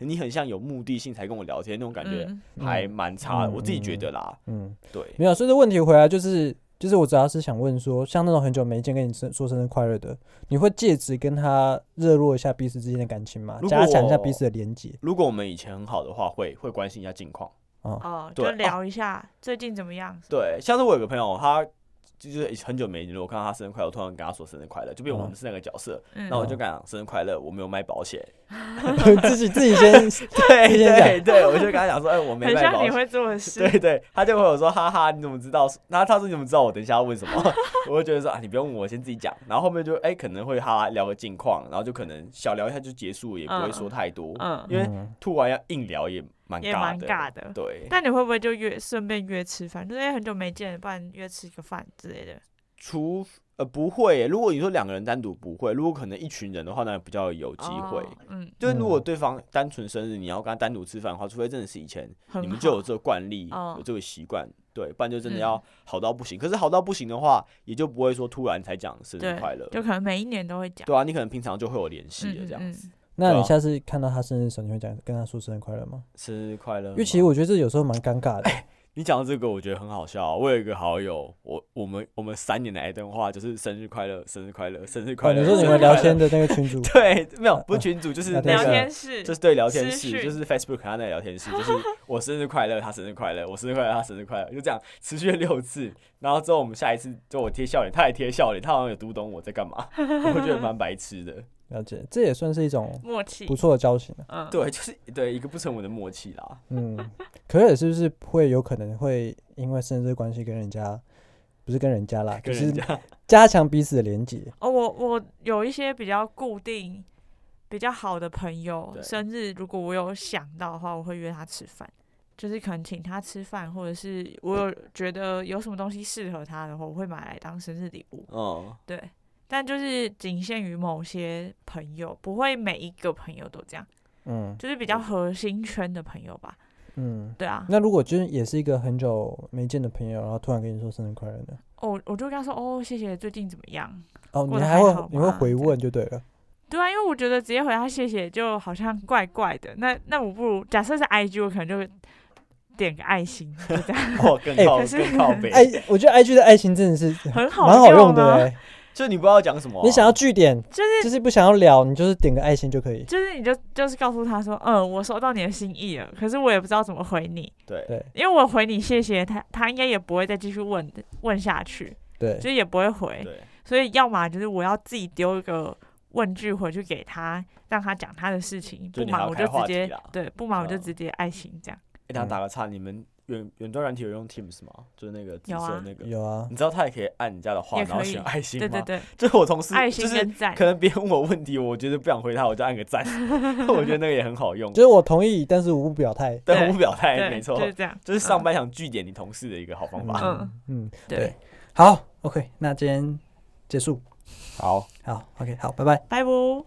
S3: 你很像有目的性才跟我聊天那种感觉，
S2: 嗯
S3: 还蛮差的。
S1: 嗯
S3: 我自己
S1: 嗯
S3: 觉
S1: 嗯
S3: 得啦，
S1: 嗯，
S3: 对。
S1: 没有，所以这问题回来就是就是我主要是想问说，像那种很久没见跟你生说生日快乐的，你会借此跟他热络一下彼此之间的感情吗？
S3: 如
S1: 加强一下
S3: 果
S1: 彼此的连 接
S3: 如果我们以前很好的话，会会关心一下近况。
S1: 啊？
S2: 哦，
S3: 对
S2: 就
S3: 哦
S2: 聊一下最近怎么样？
S3: 对，像是我有个朋友，他就是很久没联络，我看到他生日快乐，我突然跟他说生日快乐，就变我们是那个角色，
S2: 嗯
S3: 那、，我就跟他讲生日快乐，我没有卖保险。
S1: 自己自己先
S3: 对
S1: 先
S3: 对对，我就跟他讲说，哎、我没
S2: 很
S3: 卖
S2: 像
S3: 保
S2: 你
S3: 险。
S2: 会 做的事
S3: 对，对，他就会有说，哈哈，你怎么知道？那他说你怎么知道我等一下要问什么？ 我就觉得说啊，你不用问我，我先自己讲。然后后面就哎、可能会哈哈聊个近况，然后就可能小聊一下就结束，也不会说太多，
S2: 嗯，
S3: 因为啊
S1: 嗯
S3: 突然要硬聊也蛮
S2: 也
S3: 尬
S2: 蛮
S3: 的。
S2: 尬的。
S3: 对，
S2: 但你会不会就约顺便约吃饭？就是哎很久没见，不然约吃个饭之类的。
S3: 除呃不会耶，如果你说两个人单独不会，如果可能一群人的话，那比较有机会。
S2: 哦，嗯，
S3: 就是如果
S1: 嗯
S3: 对方单纯生日，你要跟他单独吃饭的话，除非真的是以前
S2: 很
S3: 你们
S2: 好
S3: 就有这个惯例，
S2: 哦
S3: 有这个习惯，对，不然就真
S2: 嗯
S3: 的要好到不行。可是好到不行的话，也就不会说突然才讲生日
S2: 对
S3: 快乐，
S2: 就可能每一年都会讲。
S3: 对啊，你可能平常就会有联系的这样
S2: 嗯
S3: 子。
S2: 嗯
S1: 那
S3: 对
S1: 你
S3: 啊
S1: 下次看到他生日的时候，你会讲跟他说生日快乐吗？
S3: 生日快乐吗！
S1: 因为其实我觉得这有时候蛮尴尬的。
S3: 你讲到这个，我觉得很好笑啊、我有一个好友，我我们我们三年来的话，就是生日快乐，生日快乐，生日快
S1: 哦，
S3: 乐。
S1: 你说你
S3: 生日
S1: 们聊
S3: 快乐，
S1: 天？的那个群主
S3: 对，没有，不是群主，就是
S1: 聊
S3: 那
S2: 聊
S1: 天室
S3: 个
S2: 天室
S3: 就是对聊天
S2: 私
S3: 室，
S2: 讯
S3: 就是 Facebook 和他那个聊天室，就是我生日快乐，他生日快乐，我生日快乐，他生日快乐，就这样持续了六次。然后之后我们下一次就我贴笑脸，他也贴笑脸，他好像有读懂我在干嘛，我觉得蛮白痴的。
S1: 了解，这也算是一种
S2: 默契
S1: 不，错的交情啊。
S2: 嗯，
S3: 对，就是对一个不成文的默契啦。
S1: 嗯，可是也是不是会有可能会因为生日关系跟人家，不是跟人家啦，就
S3: 跟
S1: 是
S3: 人家
S1: 加强彼此的连接。
S2: 哦，我我有一些比较固定、比较好的朋友，
S3: 对
S2: 生日如果我有想到的话，我会约他吃饭，就是可能请他吃饭，或者是我有觉得有什么东西适合他的话，我会买来当生日礼物。
S3: 嗯，
S2: 对，但就是仅限于某些朋友，不会每一个朋友都这样，
S1: 嗯
S2: 就是比较核心圈的朋友吧。
S1: 嗯。
S2: 对啊，
S1: 那如果就是也是一个很久没见的朋友，然后突然跟你说生日快乐呢？
S2: 哦，我就跟他说，哦，谢谢，最近怎么样？
S1: 哦，你
S2: 过得
S1: 还
S2: 还
S1: 会
S2: 好
S1: 你会
S2: 吗
S1: 回
S2: 这样
S1: 问就对了。
S2: 对啊，因为我觉得直接回他谢谢就好像怪怪的。那那我不如假设是 IG，我可能就点个爱心，就这样
S3: 哦，更
S1: 哎
S3: 靠
S2: 可是
S3: 更靠北，
S1: 爱，我觉得 IG 的爱情真的是
S2: 很好
S1: 蛮好用的
S2: 啊。
S3: 欸
S1: 哎、
S3: 就你不知道讲什么啊，
S1: 你想要据点，
S2: 就是
S1: 就是不想要聊，你就是点个爱心就可以。
S2: 就是你就就是告诉他说，嗯，我收到你的心意了，可是我也不知道怎么回你，
S3: 对，
S1: 对
S2: 因为我回你谢谢他，他应该也不会再继续问问下去，
S1: 对
S2: 就，是也不会回，
S3: 对
S2: 所以要么就是我要自己丢一个。问句回去给他，让他讲他的事情。
S3: 就
S2: 不
S3: 你还
S2: 忙
S3: 要
S2: 我
S3: 开
S2: 就
S3: 话
S2: 直
S3: 题
S2: 接
S3: 啦
S2: 对，不忙我就
S3: 嗯
S2: 直接爱心这样。
S3: 哎，
S1: 嗯
S3: 等下打个岔，你们远远端软体有用 Teams 吗？就是那个紫
S2: 有
S3: 色的
S2: 啊
S3: 那个，
S1: 有啊
S3: 你，知道他也可以按人家的话，
S2: 也
S3: 然后
S2: 可以
S3: 选爱心吗？
S2: 对对对，
S3: 这我同事
S2: 爱
S3: 就
S2: 心
S3: 是
S2: 跟赞。
S3: 可能别人问我问题，我觉得不想回他，我就按个赞，我觉得那个也很 好用
S1: 就。是我同意，但是我不表态。
S3: 但
S2: 对
S3: 我不表态，
S2: 对，
S3: 哎没错
S2: 就，是这样。
S3: 就是
S2: 嗯
S3: 上班想据点你同事的一个好方法。
S2: 嗯
S1: 嗯，
S2: 对，
S1: 好，OK，那今天结束，
S3: 好。
S1: 好，OK，好，拜拜。
S2: 拜拜。哦